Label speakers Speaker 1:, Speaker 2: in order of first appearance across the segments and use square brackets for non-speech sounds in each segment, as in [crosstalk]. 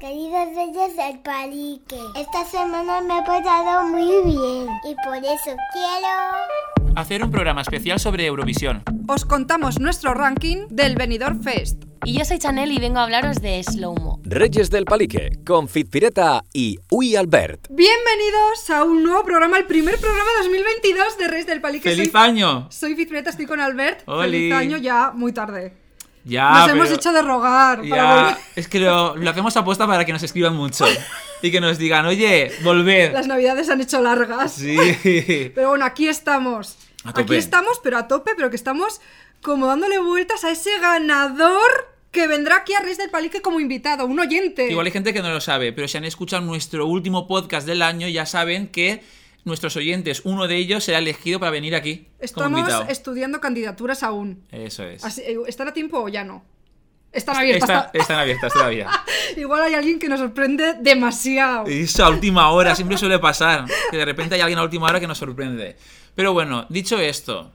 Speaker 1: Queridas Reyes del Palique, esta semana me ha pasado muy bien y por eso quiero...
Speaker 2: Hacer un programa especial sobre Eurovisión.
Speaker 3: Os contamos nuestro ranking del Benidorm Fest.
Speaker 4: Y yo soy Chanel y vengo a hablaros de Slowmo.
Speaker 5: Reyes del Palique, con Fitpireta y Uy Albert.
Speaker 3: Bienvenidos a un nuevo programa, el primer programa 2022 de Reyes del Palique.
Speaker 2: ¡Feliz
Speaker 3: Soy-
Speaker 2: año!
Speaker 3: Soy Fitpireta, estoy con Albert.
Speaker 2: Oli.
Speaker 3: Feliz año ya, muy tarde.
Speaker 2: Ya,
Speaker 3: Nos
Speaker 2: pero-
Speaker 3: hemos hecho de rogar. para
Speaker 2: Ya,
Speaker 3: volver.
Speaker 2: es que lo, lo hacemos aposta para que nos escriban mucho y que nos digan, oye, volved.
Speaker 3: Las navidades se han hecho largas. [laughs]
Speaker 2: Sí.
Speaker 3: Pero bueno, aquí estamos.
Speaker 2: A tope.
Speaker 3: Aquí estamos, pero a tope, pero que estamos como dándole vueltas a ese ganador que vendrá aquí a Reyes del Palique como invitado, un oyente.
Speaker 2: Igual hay gente que no lo sabe, pero si han escuchado nuestro último podcast del año, ya saben que nuestros oyentes, uno de ellos será elegido para venir aquí como
Speaker 3: Estamos
Speaker 2: invitado.
Speaker 3: estudiando candidaturas aún.
Speaker 2: Eso es.
Speaker 3: Así- eh, ¿Están a tiempo o ya no? Están abiertas.
Speaker 2: Está- están abiertas todavía.
Speaker 3: Igual hay alguien que nos sorprende demasiado.
Speaker 2: Eso, a última hora, siempre suele pasar. Que de repente hay alguien a última hora que nos sorprende. Pero bueno, dicho esto,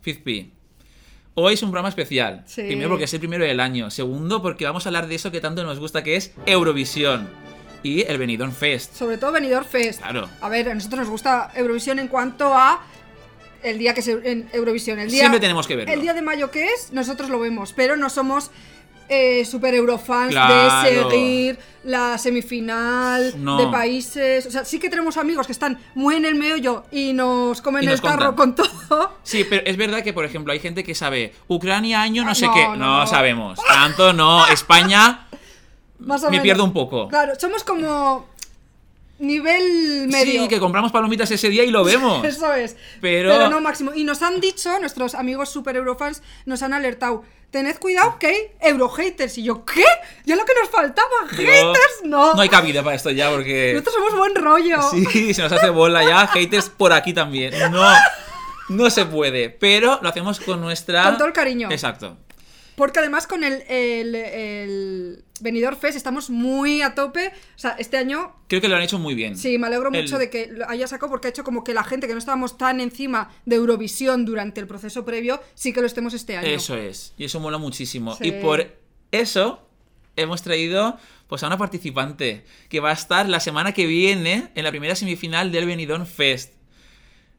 Speaker 2: Fizpi, hoy es un programa especial.
Speaker 3: Sí.
Speaker 2: Primero porque es el primero del año. Segundo porque vamos a hablar de eso que tanto nos gusta, que es Eurovisión y el Benidorm Fest.
Speaker 3: Sobre todo Benidorm Fest.
Speaker 2: Claro.
Speaker 3: A ver, a nosotros nos gusta Eurovisión en cuanto a el día que es Eu- en Eurovisión. El día,
Speaker 2: Siempre tenemos que verlo.
Speaker 3: El día de mayo que es, nosotros lo vemos, pero no somos eh, super eurofans de
Speaker 2: Claro.
Speaker 3: seguir la semifinal
Speaker 2: No.
Speaker 3: de países. O sea, sí que tenemos amigos que están muy en el meollo y nos comen
Speaker 2: Y
Speaker 3: el
Speaker 2: nos
Speaker 3: tarro con
Speaker 2: contan.
Speaker 3: todo.
Speaker 2: Sí, pero es verdad que, por ejemplo, hay gente que sabe Ucrania año no sé
Speaker 3: No,
Speaker 2: qué.
Speaker 3: no,
Speaker 2: No,
Speaker 3: no.
Speaker 2: sabemos. Tanto no. España
Speaker 3: Más o
Speaker 2: me
Speaker 3: menos.
Speaker 2: pierdo un poco.
Speaker 3: Claro, somos como nivel [laughs] medio.
Speaker 2: Sí,
Speaker 3: [laughs]
Speaker 2: que compramos palomitas ese día y lo vemos.
Speaker 3: Eso es.
Speaker 2: Pero-
Speaker 3: no máximo. Y nos han dicho, nuestros amigos super eurofans nos han alertado. Tened cuidado que hay eurohaters. Y yo, ¿qué? Ya lo que nos faltaba,
Speaker 2: Digo,
Speaker 3: haters, no.
Speaker 2: No hay cabida para esto ya porque...
Speaker 3: Nosotros somos buen rollo.
Speaker 2: Sí, [laughs] se nos hace bola ya. Haters por aquí también. No, no se puede. Pero lo hacemos con nuestra.
Speaker 3: Con todo el cariño.
Speaker 2: Exacto.
Speaker 3: Porque además con el, el, el Benidorm Fest estamos muy a tope. O sea, este año
Speaker 2: Creo que lo han hecho muy bien.
Speaker 3: Sí, me alegro
Speaker 2: El-
Speaker 3: mucho de que lo haya sacado porque ha hecho como que la gente que no estábamos tan encima de Eurovisión durante el proceso previo, sí que lo estemos este año.
Speaker 2: Eso es. Y eso mola muchísimo.
Speaker 3: Sí.
Speaker 2: Y por eso hemos traído pues a una participante que va a estar la semana que viene en la primera semifinal del Benidorm Fest.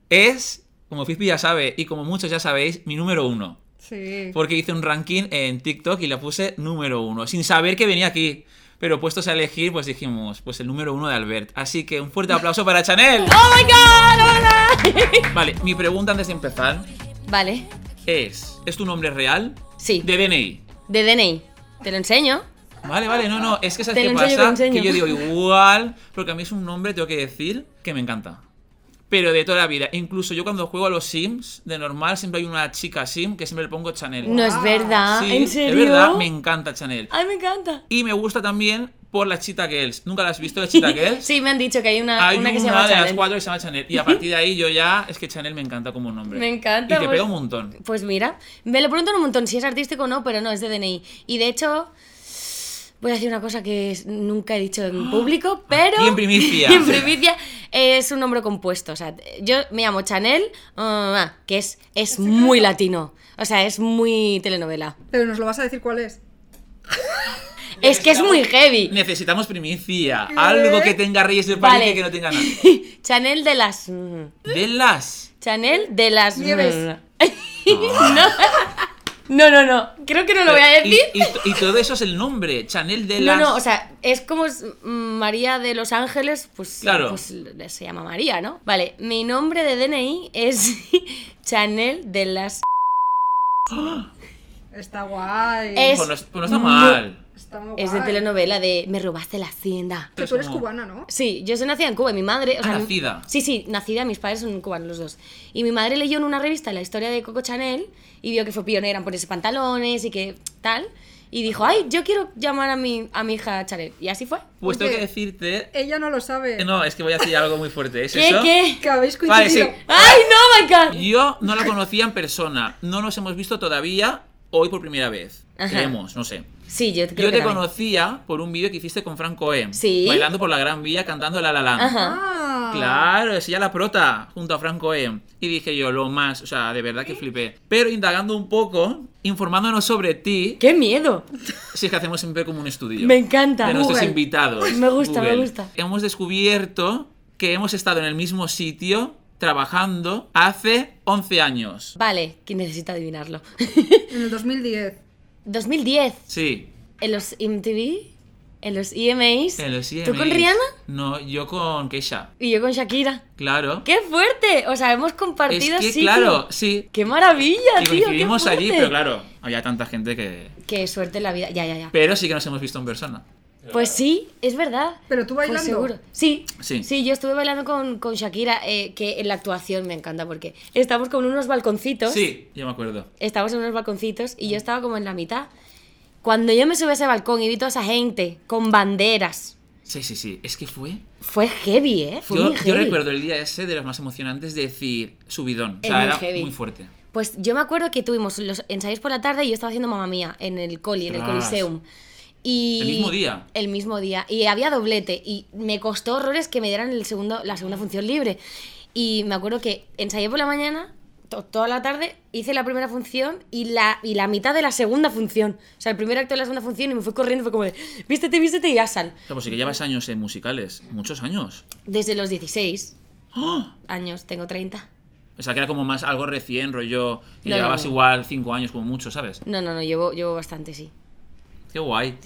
Speaker 2: Es, como Fizpi ya sabe y como muchos ya sabéis, mi número uno.
Speaker 3: Sí.
Speaker 2: Porque hice un ranking en TikTok y la puse número uno, sin saber que venía aquí. Pero puestos a elegir, pues dijimos, pues el número uno de Albert. Así que un fuerte aplauso para Chanel.
Speaker 4: ¡Oh my god! ¡Hola!
Speaker 2: Vale, mi pregunta antes de empezar
Speaker 4: vale,
Speaker 2: es, ¿es tu nombre real?
Speaker 4: Sí.
Speaker 2: De DNI.
Speaker 4: de DNI. Te lo enseño.
Speaker 2: Vale, vale, no, no, es que sabes
Speaker 4: Te
Speaker 2: qué
Speaker 4: lo enseño, te lo
Speaker 2: pasa, que
Speaker 4: enseño.
Speaker 2: yo digo igual, porque a mí es un nombre, tengo que decir, que me encanta. Pero de toda la vida, incluso yo cuando juego a los Sims, de normal siempre hay una chica Sim que siempre le pongo Chanel.
Speaker 4: No es verdad.
Speaker 2: Sí,
Speaker 4: ¿En serio?
Speaker 2: Es verdad, me encanta Chanel.
Speaker 4: Ay, me encanta.
Speaker 2: Y me gusta también por las Cheetah Girls. ¿Nunca las has visto, las Cheetah Girls?
Speaker 4: Sí, me han dicho que hay una,
Speaker 2: Hay una,
Speaker 4: una que se llama
Speaker 2: de las
Speaker 4: Chanel.
Speaker 2: cuatro que se llama Chanel. Y a partir de ahí yo ya... Es que Chanel me encanta como nombre.
Speaker 4: Me encanta,
Speaker 2: Y te
Speaker 4: pues-
Speaker 2: pega un montón.
Speaker 4: Pues mira, me lo preguntan un montón si es artístico o no, pero no, es de DNI. Y de hecho, voy a decir una cosa que es- nunca he dicho
Speaker 2: [gasps]
Speaker 4: en público, pero... [laughs]
Speaker 2: Aquí en primicia.
Speaker 4: en primicia, es un nombre compuesto. O sea, yo me llamo Chanel, ah, que es, es muy latino. O sea, es muy telenovela.
Speaker 3: Pero nos lo vas a decir cuál es.
Speaker 4: Es que es muy heavy.
Speaker 2: Necesitamos primicia. Algo que tenga Reyes del Palique
Speaker 4: Vale.
Speaker 2: que no tenga nada.
Speaker 4: [laughs] Chanel de las... mm,
Speaker 2: De las...
Speaker 4: Chanel de las... mm.
Speaker 3: Nieves.
Speaker 4: [laughs] no. no, no, no. Creo que no lo voy a
Speaker 2: Y-
Speaker 4: decir.
Speaker 2: Y, y todo eso es el nombre. Chanel de
Speaker 4: No,
Speaker 2: las...
Speaker 4: no, o sea, es como es, mm, María de los Ángeles, pues,
Speaker 2: Claro.
Speaker 4: pues le- se llama María, ¿no? Vale, mi nombre de DNI es [laughs] Chanel de las...
Speaker 3: Está guay.
Speaker 4: Es-
Speaker 2: Pues no, es- pues no está mal.
Speaker 3: Está muy
Speaker 4: Eh, Es de
Speaker 3: guay.
Speaker 4: telenovela de Me robaste la hacienda.
Speaker 3: Que tú eres cubana, ¿no?
Speaker 4: Sí, yo soy nacida en Cuba y mi madre... O
Speaker 2: Ah,
Speaker 4: sea, mi-
Speaker 2: nacida.
Speaker 4: Sí, sí, nacida, mis padres son cubanos los dos. Y mi madre leyó en una revista la historia de Coco Chanel y vio que fue pionera en ponerse pantalones y que tal. Y dijo, ay, yo quiero llamar a mi, a mi hija Chanel. Y así fue.
Speaker 2: Pues tengo
Speaker 3: Oye.
Speaker 2: que decirte...
Speaker 3: Ella no lo sabe.
Speaker 2: eh, No, es que voy a decir algo muy fuerte. ¿Es
Speaker 4: ¿Qué,
Speaker 2: eso?
Speaker 4: qué?
Speaker 3: Que habéis coincidido.
Speaker 2: Vale, sí.
Speaker 4: ¡Ay, no, my God!
Speaker 2: Yo no la conocía en persona. No nos hemos visto todavía hoy por primera vez.
Speaker 4: Ajá.
Speaker 2: Creemos, no sé.
Speaker 4: Sí,
Speaker 2: Yo
Speaker 4: yo creo que
Speaker 2: te
Speaker 4: también.
Speaker 2: conocía por un vídeo que hiciste con Franco E.
Speaker 4: Sí.
Speaker 2: Bailando por la Gran Vía, cantando La La Land.
Speaker 4: Ajá.
Speaker 3: Ah, Ah.
Speaker 2: Claro, es ella la prota, junto a Franco E. Y dije yo, lo más, o sea, de verdad que flipé. Pero indagando un poco, informándonos sobre ti,
Speaker 4: ¡Qué miedo!
Speaker 2: si es que hacemos siempre como un estudio.
Speaker 4: Me encanta.
Speaker 2: De nuestros
Speaker 3: Google.
Speaker 2: invitados.
Speaker 4: [laughs] Me gusta, me gusta.
Speaker 2: Hemos descubierto que hemos estado en el mismo sitio trabajando hace 11 años.
Speaker 4: Vale, que necesita adivinarlo. [laughs]
Speaker 3: En el 2010.
Speaker 4: 2010,
Speaker 2: Sí.
Speaker 4: en los MTV, en los EMAs.
Speaker 2: en los E
Speaker 4: ¿Tú con
Speaker 2: EMAs.
Speaker 4: Rihanna?
Speaker 2: No, yo con Keisha.
Speaker 4: Y yo con Shakira.
Speaker 2: Claro.
Speaker 4: ¡Qué fuerte! O sea, hemos
Speaker 2: es
Speaker 4: compartido
Speaker 2: que,
Speaker 4: sitio.
Speaker 2: claro, sí.
Speaker 4: ¡Qué maravilla,
Speaker 2: Y
Speaker 4: tío! ¡Qué
Speaker 2: coincidimos
Speaker 4: fuerte!
Speaker 2: allí, pero claro, había tanta gente que.
Speaker 4: ¡Qué suerte en la vida! Ya, ya, ya.
Speaker 2: Pero sí que nos hemos visto en persona.
Speaker 4: Pues sí, es verdad.
Speaker 3: Pero tú bailando.
Speaker 4: Pues seguro. Sí,
Speaker 2: Sí.
Speaker 4: sí. yo estuve bailando con, con Shakira, eh, que en la actuación me encanta porque estamos con unos balconcitos.
Speaker 2: Sí, yo me acuerdo.
Speaker 4: Estábamos en unos balconcitos y yo estaba como en la mitad. Cuando yo me subí a ese balcón y vi toda esa gente con banderas,
Speaker 2: Sí, sí, sí. Es que fue.
Speaker 4: fue heavy, ¿eh? Fue
Speaker 2: Yo,
Speaker 4: muy
Speaker 2: yo
Speaker 4: heavy.
Speaker 2: recuerdo el día ese de los más emocionantes de decir subidón. O
Speaker 4: Es
Speaker 2: sea,
Speaker 4: muy
Speaker 2: era
Speaker 4: heavy.
Speaker 2: muy fuerte.
Speaker 4: Pues yo me acuerdo que tuvimos los ensayos por la tarde y yo estaba haciendo mamá mía en el coli, en el
Speaker 2: Ostras.
Speaker 4: Coliseum. Y
Speaker 2: ¿El mismo día?
Speaker 4: El mismo día. Y había doblete. Y me costó horrores que me dieran el segundo, la segunda función libre. Y me acuerdo que ensayé por la mañana, to- toda la tarde, hice la primera función y la, y la mitad de la segunda función. O sea, el primer acto de la segunda función y me fui corriendo, fue como de, vístete, vístete y ya sal.
Speaker 2: O sea, pues sí que llevas años en musicales. Muchos años.
Speaker 4: Desde los 16
Speaker 2: ¡Ah!
Speaker 4: años, tengo 30.
Speaker 2: O sea, que era como más algo recién, rollo. Y
Speaker 4: No, no,
Speaker 2: llevabas
Speaker 4: no.
Speaker 2: igual cinco años como mucho, ¿sabes?
Speaker 4: No, no, no, llevo, llevo bastante, sí.
Speaker 2: Qué guay.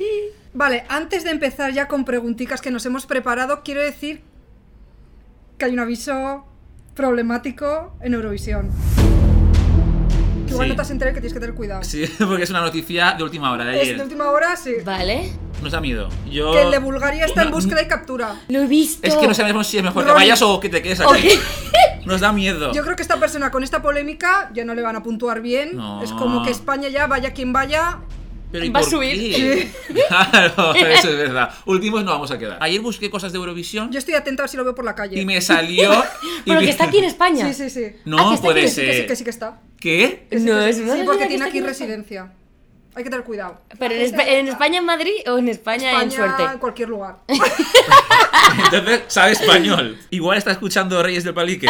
Speaker 3: Vale, antes de empezar ya con preguntitas que nos hemos preparado, quiero decir que hay un aviso problemático en Eurovisión. Que igual
Speaker 2: Sí.
Speaker 3: no te has enterado y que tienes que tener cuidado.
Speaker 2: Sí, [laughs] porque es una noticia de última hora de
Speaker 3: Es de
Speaker 2: ayer.
Speaker 3: última hora, sí.
Speaker 4: ¿Vale?
Speaker 2: Nos da miedo. Yo.
Speaker 3: Que el de Bulgaria está en
Speaker 2: No,
Speaker 3: búsqueda y captura.
Speaker 4: Lo he visto.
Speaker 2: Es que no sabemos si es mejor que
Speaker 3: Ronnie.
Speaker 2: vayas o que te quedes aquí. Nos da miedo.
Speaker 3: Yo creo que esta persona con esta polémica ya no le van a puntuar bien.
Speaker 2: No.
Speaker 3: Es como que España ya, vaya quien vaya.
Speaker 2: Pero ¿y
Speaker 4: Va a
Speaker 2: por
Speaker 4: subir.
Speaker 2: qué? [laughs] Claro, eso es verdad. Últimos no vamos a quedar. Ayer busqué cosas de Eurovisión
Speaker 3: Yo estoy atenta a ver si lo veo por la calle.
Speaker 2: y
Speaker 4: [laughs]
Speaker 2: me salió. y
Speaker 4: Pero
Speaker 2: me-
Speaker 4: que está aquí en España.
Speaker 3: Sí, sí, sí.
Speaker 4: Ah,
Speaker 2: No
Speaker 4: que está
Speaker 2: puede
Speaker 3: Que sí,
Speaker 2: ser.
Speaker 3: que sí, que sí que está.
Speaker 2: [laughs] ¿Qué?
Speaker 3: Que sí,
Speaker 4: No,
Speaker 3: que
Speaker 4: es
Speaker 3: sí.
Speaker 4: verdad,
Speaker 3: Sí,
Speaker 4: es
Speaker 3: porque
Speaker 4: verdad,
Speaker 3: tiene
Speaker 4: que
Speaker 3: aquí
Speaker 4: está aquí.
Speaker 3: residencia. Hay que tener cuidado. Ah,
Speaker 4: Pero en, Espa- en España en Madrid o en España, en
Speaker 3: España,
Speaker 4: suerte.
Speaker 3: en [laughs] cualquier
Speaker 4: [laughs]
Speaker 3: lugar.
Speaker 2: Entonces, sabe español. Igual está escuchando Reyes del
Speaker 4: [laughs]
Speaker 2: Palique.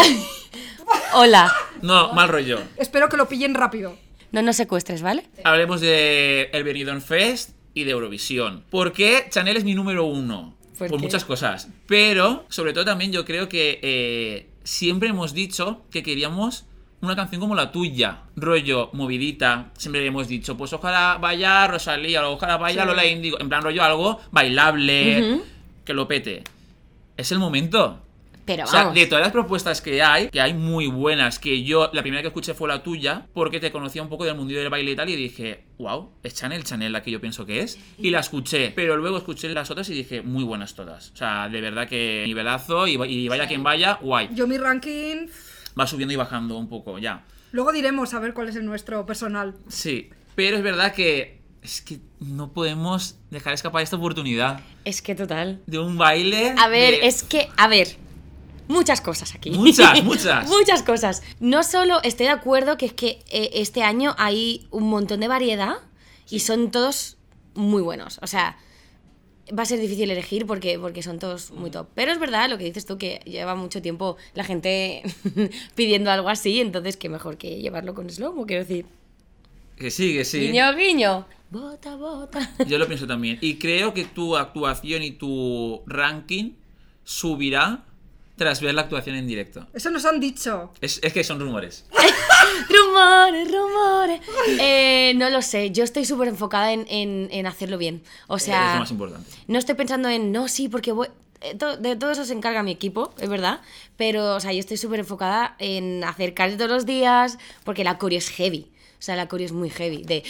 Speaker 4: Hola.
Speaker 2: No, mal rollo.
Speaker 3: Espero que lo pillen rápido.
Speaker 4: No nos secuestres, ¿vale?
Speaker 2: Hablemos de el Benidorm Fest y de Eurovisión. ¿Por qué Chanel es mi número uno?
Speaker 4: ¿Por
Speaker 2: Por,
Speaker 4: qué?
Speaker 2: muchas cosas. Pero, sobre todo también yo creo que eh, siempre hemos dicho que queríamos una canción como la tuya. Rollo, movidita. Siempre le hemos dicho, pues ojalá vaya Rosalía, o ojalá vaya Lola Indigo. En plan, rollo algo bailable,
Speaker 4: Ujú.
Speaker 2: que lo pete. Es el momento.
Speaker 4: Pero
Speaker 2: O sea,
Speaker 4: vamos.
Speaker 2: de todas las propuestas que hay, que hay muy buenas, que yo la primera que escuché fue la tuya, porque te conocía un poco del mundillo del baile y tal, y dije, wow, es Chanel, Chanel la que yo pienso que es, y la escuché, pero luego escuché las otras y dije, muy buenas todas. O sea, de verdad que nivelazo, y, va- y vaya quien vaya, guay.
Speaker 3: Yo mi ranking.
Speaker 2: Va subiendo y bajando un poco, ya.
Speaker 3: Luego diremos a ver cuál es el nuestro personal.
Speaker 2: Sí, pero es verdad que es que no podemos dejar escapar esta oportunidad
Speaker 4: Es que total.
Speaker 2: de un baile.
Speaker 4: A ver,
Speaker 2: de-
Speaker 4: es que, a ver. Muchas cosas aquí. [laughs]
Speaker 2: Muchas, muchas.
Speaker 4: muchas cosas. No solo estoy de acuerdo que es que eh, este año hay un montón de variedad y son todos muy buenos. O sea, va a ser difícil elegir porque, porque son todos muy
Speaker 2: Mm.
Speaker 4: top. Pero es verdad lo que dices tú, que lleva mucho tiempo la gente [laughs] pidiendo algo así, entonces qué mejor que llevarlo con slow, quiero decir.
Speaker 2: Que sí, que sí.
Speaker 4: Guiño, guiño. Bota, bota.
Speaker 2: Yo lo pienso también. Y creo que tu actuación y tu ranking subirá tras ver la actuación en directo.
Speaker 3: Eso nos han dicho.
Speaker 2: Es, es que son rumores.
Speaker 4: rumores, rumores. Eh, no lo sé, yo estoy súper enfocada en, en- en hacerlo bien. O
Speaker 2: Eh, es lo
Speaker 4: sea,
Speaker 2: más importante.
Speaker 4: no estoy pensando en, no, sí, porque voy... eh, to- De todo eso se encarga mi equipo, es verdad. Pero, o sea, yo estoy súper enfocada en hacer cardio todos los días, porque la coreo es heavy. O sea, la coreo es muy heavy. De...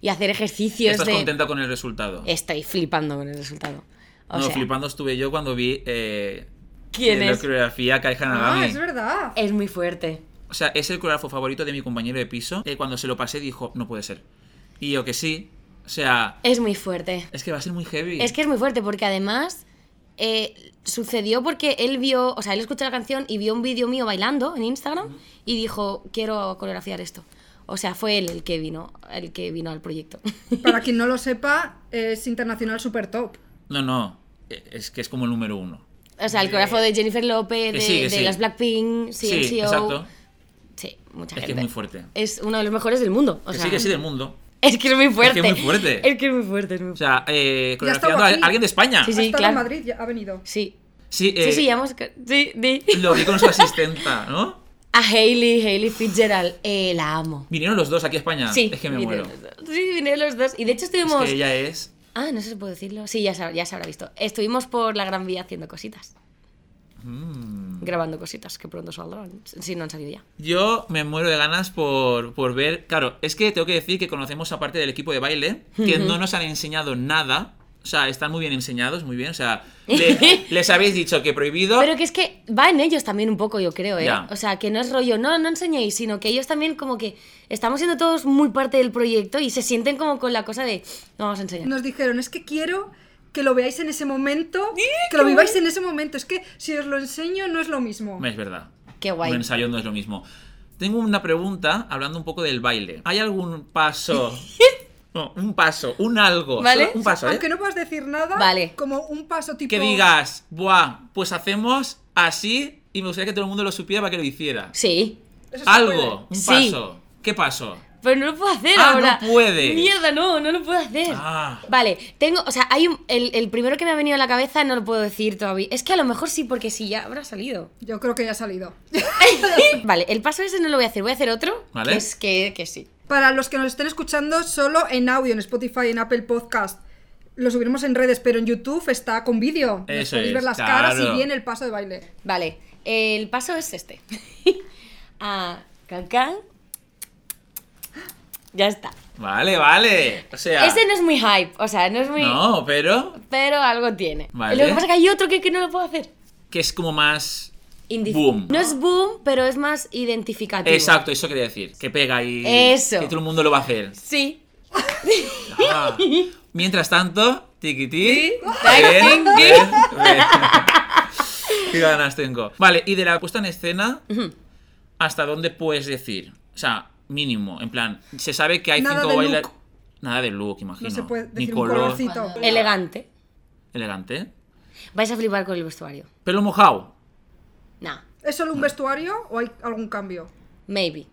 Speaker 4: Y hacer ejercicios
Speaker 2: ¿Estás
Speaker 4: de...
Speaker 2: contenta con el resultado?
Speaker 4: Estoy flipando con el resultado. O
Speaker 2: no,
Speaker 4: sea,
Speaker 2: flipando estuve yo cuando vi eh,
Speaker 4: ¿Quién
Speaker 2: la
Speaker 4: es?
Speaker 2: coreografía Kai Hanagami.
Speaker 3: Ah, es verdad.
Speaker 4: Es muy fuerte.
Speaker 2: O sea, es el coreógrafo favorito de mi compañero de piso. que cuando se lo pasé dijo, no puede ser. Y yo que sí. O sea,
Speaker 4: Es muy fuerte.
Speaker 2: es que va a ser muy heavy.
Speaker 4: Es que es muy fuerte porque además eh, sucedió porque él vio, o sea, él escuchó la canción y vio un vídeo mío bailando en Instagram y dijo, quiero coreografiar esto. O sea, fue él el que vino, el que vino al proyecto. [laughs]
Speaker 3: Para quien no lo sepa, es internacional super top.
Speaker 2: No, no. Eh, Es que es como el número uno.
Speaker 4: O sea, el coreógrafo de Jennifer López, de,
Speaker 2: Eh, sí,
Speaker 4: de
Speaker 2: sí.
Speaker 4: las Blackpink,
Speaker 2: Sí,
Speaker 4: CNCO.
Speaker 2: exacto.
Speaker 4: Sí, mucha
Speaker 2: Es que
Speaker 4: gente.
Speaker 2: es muy fuerte.
Speaker 4: Es uno de los mejores del mundo. O
Speaker 2: Que
Speaker 4: sea, mm.
Speaker 2: sí, que sí, del mundo.
Speaker 4: [laughs] Es que es muy fuerte.
Speaker 2: Es que es muy fuerte.
Speaker 4: [laughs] Es que es muy fuerte. es muy
Speaker 2: O sea, eh,
Speaker 3: Ya estaba
Speaker 2: coreografiando a
Speaker 3: aquí.
Speaker 2: alguien de España.
Speaker 4: Sí,
Speaker 3: Ha
Speaker 4: sí.
Speaker 3: estado
Speaker 4: claro.
Speaker 3: en Madrid, ya ha venido.
Speaker 4: Sí.
Speaker 2: Sí, eh,
Speaker 4: Sí, sí, ya hemos... Sí, di.
Speaker 2: [laughs] Lo vi con su asistenta, ¿no?
Speaker 4: [laughs] A Hailey, Hailey Fitzgerald, eh, la amo.
Speaker 2: Vinieron los dos aquí a España.
Speaker 4: Sí.
Speaker 2: Ah, Es que me
Speaker 4: vine
Speaker 2: muero.
Speaker 4: los dos. Sí, vine los dos. Y de hecho
Speaker 2: Es
Speaker 4: estuvimos...
Speaker 2: que ella es.
Speaker 4: Ah, no sé si puedo decirlo. Sí, ya se, ya se habrá visto. Estuvimos por la Gran Vía haciendo cositas.
Speaker 2: Mm.
Speaker 4: Grabando cositas que pronto saldrán. Si no han salido ya.
Speaker 2: Yo me muero de ganas por, por ver. Claro, es que tengo que decir que conocemos a parte del equipo de baile, que no nos han enseñado nada. O sea, están muy bien enseñados, muy bien. O
Speaker 4: [laughs]
Speaker 2: sea, le- les habéis dicho que prohibido.
Speaker 4: Pero que es que va en ellos también un poco, yo creo, ¿eh?
Speaker 2: Ah. Ya.
Speaker 4: O sea, que no es rollo, no, no enseñéis, sino que ellos también como que estamos siendo todos muy parte del proyecto y se sienten como con la cosa de, no vamos a enseñar.
Speaker 3: Nos dijeron, es que quiero que lo veáis en ese momento, que lo viváis en ese momento. Es que si os lo enseño no es lo mismo.
Speaker 2: Es verdad.
Speaker 4: Qué guay.
Speaker 2: Un ensayo no es lo mismo. Tengo una pregunta hablando un poco del baile. ¿Hay algún
Speaker 4: [laughs]
Speaker 2: paso? No, un paso, un algo.
Speaker 4: Vale.
Speaker 2: solo Un paso, ¿eh?
Speaker 3: Aunque no puedas decir nada,
Speaker 4: Vale.
Speaker 3: como un paso tipo...
Speaker 2: Que digas, buah, pues hacemos así y me gustaría que todo el mundo lo supiera para que lo hiciera.
Speaker 4: Sí,
Speaker 3: Eso se
Speaker 2: Algo, un
Speaker 4: Sí.
Speaker 2: paso. ¿Qué paso?
Speaker 4: pero no lo puedo hacer
Speaker 2: Ah,
Speaker 4: ahora.
Speaker 2: no puedes.
Speaker 4: Mierda, no, no lo puedo hacer.
Speaker 2: Ah.
Speaker 4: Vale, tengo, o sea, hay un- el, el primero que me ha venido a la cabeza no lo puedo decir todavía. Es que a lo mejor sí, porque sí, ya habrá salido.
Speaker 2: [laughs]
Speaker 3: puede. Yo creo que ya ha salido.
Speaker 4: vale, el paso ese no lo voy a hacer, voy a hacer otro.
Speaker 2: Vale.
Speaker 4: Que es que, que sí.
Speaker 3: Para los que nos estén escuchando solo en audio, en Spotify, en Apple Podcast, lo subiremos en redes, pero en YouTube está con vídeo. Nos
Speaker 2: Eso
Speaker 3: podéis
Speaker 2: es,
Speaker 3: ver las
Speaker 2: claro.
Speaker 3: caras y bien el paso de baile.
Speaker 4: Vale, el paso es este. [laughs] ah, can, can. Ya está.
Speaker 2: Vale, vale. O sea.
Speaker 4: Ese no es muy hype, o sea, no es muy...
Speaker 2: No, pero.
Speaker 4: Pero algo tiene.
Speaker 2: Vale.
Speaker 4: Lo que pasa es que hay otro que, que no lo puedo hacer.
Speaker 2: Que es como más.
Speaker 4: Indif-
Speaker 2: Boom.
Speaker 4: No es boom, pero es más identificativo.
Speaker 2: Exacto, eso quería decir. Que pega y.
Speaker 4: Eso.
Speaker 2: Que todo el mundo lo va a hacer.
Speaker 4: Sí.
Speaker 2: Ah. [laughs] Mientras tanto, tiquití.
Speaker 4: tac,
Speaker 2: Ven,
Speaker 4: tin, tin.
Speaker 2: ven, ven. [laughs] Qué ganas tengo. Vale, y de la puesta en escena, ¿hasta dónde puedes decir? O sea, mínimo, en plan, se sabe que hay
Speaker 3: Nada
Speaker 2: cinco
Speaker 3: de
Speaker 2: baila-
Speaker 3: look.
Speaker 2: Nada de look, imagino.
Speaker 3: No se puede
Speaker 2: Ni
Speaker 3: decir un
Speaker 2: color.
Speaker 3: colorcito.
Speaker 4: Elegante.
Speaker 2: Elegante.
Speaker 4: Vais a flipar con el vestuario.
Speaker 2: Pelo mojado.
Speaker 4: Nah,
Speaker 3: ¿Es solo un vestuario o hay algún cambio?
Speaker 4: maybe.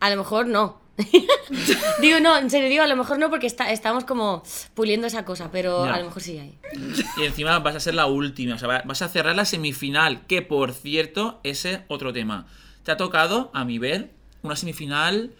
Speaker 4: A lo mejor no. [laughs] digo, no, en serio, digo, a lo mejor no porque está, estamos como puliendo esa cosa, pero
Speaker 2: Ya.
Speaker 4: a lo mejor sí hay.
Speaker 2: Y encima vas a ser la última, o sea, va- vas a cerrar la semifinal, que por cierto, ese otro tema. Te ha tocado, a mi ver, una semifinal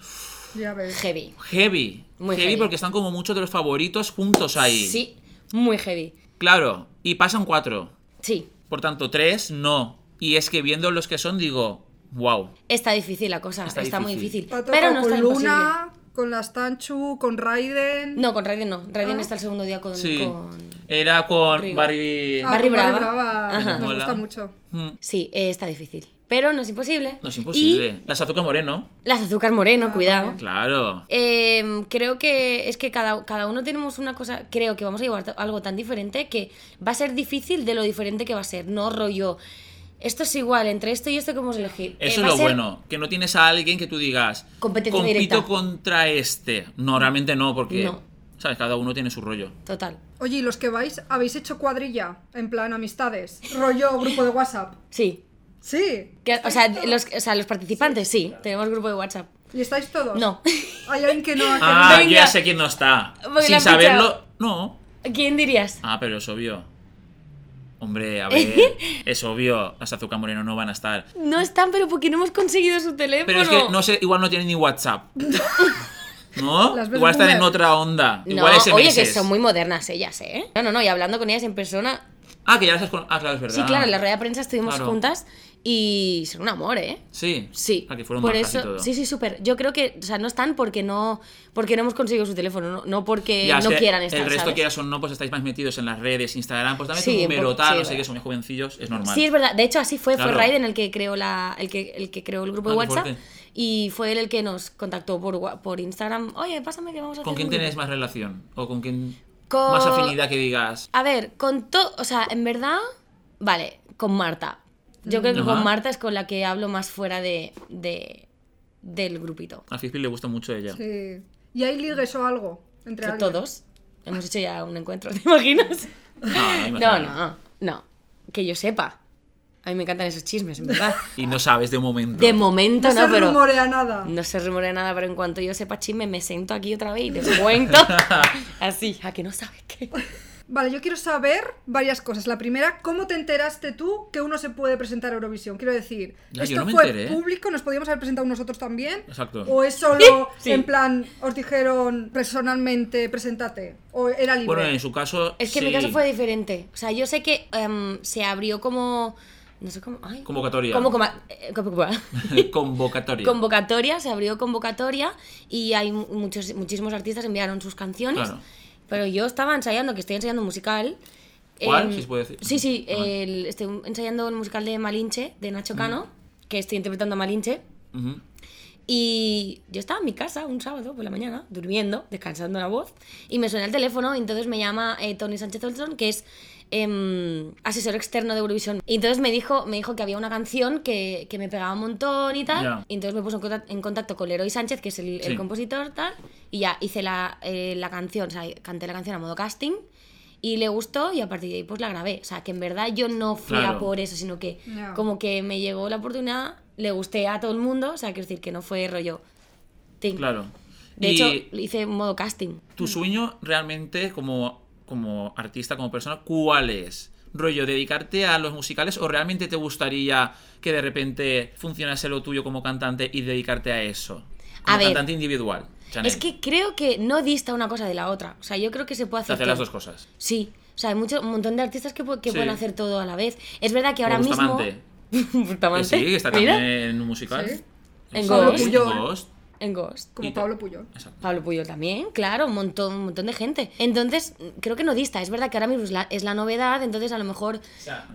Speaker 3: Ya ves.
Speaker 4: Heavy.
Speaker 2: heavy.
Speaker 4: Muy
Speaker 2: heavy,
Speaker 4: heavy.
Speaker 2: porque están como muchos de los favoritos juntos ahí.
Speaker 4: Sí, muy heavy.
Speaker 2: Claro, y pasan cuatro.
Speaker 4: Sí,
Speaker 2: Por tanto, tres no. Y es que viendo los que son, digo, wow.
Speaker 4: está difícil la cosa,
Speaker 2: Está
Speaker 4: está, muy
Speaker 2: difícil.
Speaker 4: difícil.
Speaker 3: Ha tocado
Speaker 4: Pero no
Speaker 3: con
Speaker 4: está imposible.
Speaker 3: Luna, con las Tanchu, con Raiden.
Speaker 4: No, con Raiden no.
Speaker 3: Ah.
Speaker 4: Raiden está el segundo día con...
Speaker 2: Sí.
Speaker 4: con-
Speaker 2: Era con
Speaker 4: Rigo.
Speaker 2: Barry.
Speaker 3: Ah,
Speaker 4: Barry
Speaker 3: con Barry
Speaker 4: Brava.
Speaker 3: Brava.
Speaker 2: Ajá.
Speaker 3: Nos
Speaker 2: Mola.
Speaker 3: gusta mucho.
Speaker 2: Mm,
Speaker 4: Sí, eh, está difícil. Pero no es imposible.
Speaker 2: No es imposible. Las azúcar moreno.
Speaker 4: Y las azúcar
Speaker 3: Ah,
Speaker 4: moreno, cuidado.
Speaker 2: Claro.
Speaker 4: Eh, creo que es que cada, cada uno tenemos una cosa, creo que vamos a llevar ta- algo tan diferente que va a ser difícil de lo diferente que va a ser, no rollo. Esto es igual, entre esto y esto que hemos elegido. Eh,
Speaker 2: Eso es lo bueno, que no tienes a alguien que tú digas,
Speaker 4: Competencia
Speaker 2: compito
Speaker 4: directa".
Speaker 2: contra este. No, realmente no, porque,
Speaker 4: No.
Speaker 2: ¿sabes? Cada uno tiene su rollo.
Speaker 4: Total.
Speaker 3: Oye, ¿y los que vais, habéis hecho cuadrilla? En plan, amistades. Rollo, grupo de WhatsApp.
Speaker 4: Sí.
Speaker 3: Sí.
Speaker 4: Que- o, sea, los, o sea, los participantes, sí. Tenemos grupo de WhatsApp.
Speaker 3: ¿Y estáis todos?
Speaker 4: No. [laughs]
Speaker 3: Hay
Speaker 2: [laughs]
Speaker 3: alguien que no. que no-
Speaker 2: Ah, yo
Speaker 4: [laughs] venga.
Speaker 2: ya sé quién no está.
Speaker 4: Porque lo
Speaker 2: Sin
Speaker 4: han
Speaker 2: saberlo,
Speaker 4: fichado.
Speaker 2: no.
Speaker 4: ¿Quién dirías?
Speaker 2: Ah, pero es obvio. Hombre,
Speaker 4: [laughs]
Speaker 2: a ver, es obvio, las azúcar moreno no van a estar.
Speaker 4: No están, pero porque no hemos conseguido su teléfono.
Speaker 2: Pero es que no sé, igual no tienen ni
Speaker 4: [laughs]
Speaker 2: WhatsApp. ¿No?
Speaker 3: Las ves
Speaker 2: Igual están en
Speaker 3: boomer.
Speaker 2: otra onda.
Speaker 4: No,
Speaker 2: igual SMS.
Speaker 4: oye, que son muy modernas ellas, ¿eh? No, no, no, y hablando con ellas en persona.
Speaker 2: Ah, que ya las has con... Ah, claro, es verdad.
Speaker 4: Sí, claro, en la rueda de prensa estuvimos
Speaker 2: Claro.
Speaker 4: juntas y son un amor, ¿eh?
Speaker 2: Sí.
Speaker 4: Sí.
Speaker 2: Ah, que fueron
Speaker 4: por
Speaker 2: majas y
Speaker 4: eso,
Speaker 2: todo.
Speaker 4: sí, sí, súper. Yo creo que, o sea, no están porque no, porque no hemos conseguido su teléfono, no, no porque
Speaker 2: Ya, es
Speaker 4: no
Speaker 2: que
Speaker 4: quieran estar.
Speaker 2: El resto,
Speaker 4: ¿sabes?
Speaker 2: quieras o no, pues estáis más metidos en las redes, Instagram, pues dame
Speaker 4: Sí,
Speaker 2: tu
Speaker 4: un
Speaker 2: número,
Speaker 4: poco-
Speaker 2: tal,
Speaker 4: sí,
Speaker 2: no sé
Speaker 4: verdad.
Speaker 2: qué, son muy jovencillos, es normal.
Speaker 4: Sí, es verdad. De hecho, así fue.
Speaker 2: Claro.
Speaker 4: Fue Raiden el que creó la, el que, el que creó el grupo de
Speaker 2: Ah, qué
Speaker 4: WhatsApp
Speaker 2: fuerte.
Speaker 4: y fue él el que nos contactó por, wa- por Instagram. Oye, pásame que vamos a
Speaker 2: ¿Con
Speaker 4: hacer
Speaker 2: quién
Speaker 4: un
Speaker 2: tienes
Speaker 4: grupo".
Speaker 2: más relación? ¿O con quién
Speaker 4: Con-
Speaker 2: más afinidad que digas?
Speaker 4: A ver, con todo, o sea, en verdad, vale, con Marta. Yo creo que
Speaker 2: Ajá.
Speaker 4: con Marta es con la que hablo más fuera de, de del grupito.
Speaker 2: A Fizpi le gusta mucho ella.
Speaker 3: Sí. ¿Y hay ligues o algo? Entre
Speaker 4: Que
Speaker 3: alguien?
Speaker 4: [laughs] todos hemos hecho ya un encuentro, ¿te imaginas?
Speaker 2: Ah,
Speaker 4: No,
Speaker 2: imagínate.
Speaker 4: no, no. que yo sepa. A mí me encantan esos chismes, en verdad.
Speaker 2: Y no sabes de momento.
Speaker 4: [laughs] De momento
Speaker 3: No
Speaker 4: no,
Speaker 3: se
Speaker 4: pero. Mm.
Speaker 3: rumorea nada.
Speaker 4: No se rumorea nada, pero en cuanto yo sepa chisme, me siento aquí otra vez y te [laughs] cuento. Así, a que no sabes qué.
Speaker 3: Vale, yo quiero saber varias cosas. La primera, ¿cómo te enteraste tú que uno se puede presentar a Eurovisión? Quiero decir,
Speaker 2: Ya, yo
Speaker 3: ¿esto
Speaker 2: no me
Speaker 3: fue
Speaker 2: enteré.
Speaker 3: público? ¿Nos podíamos haber presentado nosotros también?
Speaker 2: Exacto.
Speaker 3: ¿O es solo
Speaker 4: Sí.
Speaker 3: en plan, os dijeron personalmente, presentate? ¿O era libre?
Speaker 2: Bueno, en su caso.
Speaker 4: Es que en mi
Speaker 2: sí.
Speaker 4: caso fue diferente. O sea, yo sé que em, se abrió como. No sé cómo. ay.
Speaker 2: Convocatoria.
Speaker 4: Como, coma- eh, como- como-
Speaker 2: [laughs] Convocatoria.
Speaker 4: convocatoria, se abrió convocatoria y hay mu- muchos, muchísimos artistas enviaron sus canciones.
Speaker 2: Claro.
Speaker 4: Pero yo estaba ensayando, que estoy ensayando un musical.
Speaker 2: ¿Cuál?
Speaker 4: em,
Speaker 2: Si se puede decir.
Speaker 4: Sí, sí,
Speaker 2: Ah, Mm. vale.
Speaker 4: el- estoy ensayando el musical de Malinche, de Nacho Cano, que estoy interpretando a Malinche.
Speaker 2: Ujú.
Speaker 4: Y yo estaba en mi casa un sábado por la mañana, durmiendo, descansando la voz, y me suena el teléfono y entonces me llama eh, Tony Sánchez Olson, que es em, asesor externo de Eurovisión. Y entonces me dijo, me dijo que había una canción que, que me pegaba un montón y tal.
Speaker 2: Ya.
Speaker 4: Y entonces me puso en contac- en contacto con Leroy Sánchez, que es el, el
Speaker 2: Sí.
Speaker 4: compositor, tal, y ya hice la, eh, la canción, o sea, canté la canción a modo casting. Y le gustó y a partir de ahí pues la grabé. O sea, que en verdad yo no fui a
Speaker 2: Claro.
Speaker 4: por eso, sino que
Speaker 3: Ya.
Speaker 4: como que me llegó la oportunidad, le gusté a todo el mundo, o sea, quiero decir que no fue rollo. ting.
Speaker 2: Claro.
Speaker 4: De
Speaker 2: Y
Speaker 4: hecho, hice modo casting.
Speaker 2: tu sueño realmente como, como artista, como persona, ¿cuál es? Rollo, dedicarte a los musicales o realmente te gustaría que de repente funcionase lo tuyo como cantante y dedicarte a eso? Como
Speaker 4: A ver.
Speaker 2: cantante individual. Chanel.
Speaker 4: Es que creo que no dista una cosa de la otra. O sea, yo creo que se puede
Speaker 2: Te
Speaker 4: hacer.
Speaker 2: hace las
Speaker 4: todo.
Speaker 2: dos cosas.
Speaker 4: Sí. O sea, hay mucho, un montón de artistas que, pu- que
Speaker 2: Sí.
Speaker 4: pueden hacer todo a la vez. Es verdad que ahora
Speaker 2: Como
Speaker 4: mismo. [laughs]
Speaker 2: Bustamante. Que
Speaker 4: Bustamante.
Speaker 2: sí, que está
Speaker 4: Mira,
Speaker 2: también en un musical.
Speaker 3: Sí.
Speaker 4: En
Speaker 2: Sí,
Speaker 4: Ghost.
Speaker 2: en
Speaker 3: Puyol.
Speaker 2: Ghost.
Speaker 4: En Ghost.
Speaker 3: Como
Speaker 2: Y-
Speaker 3: Pablo Puyol.
Speaker 2: Exacto.
Speaker 4: Pablo Puyol también, claro, un montón, un montón de gente. Entonces, creo que no dista. Es verdad que ahora mismo es la, es la novedad, entonces a lo mejor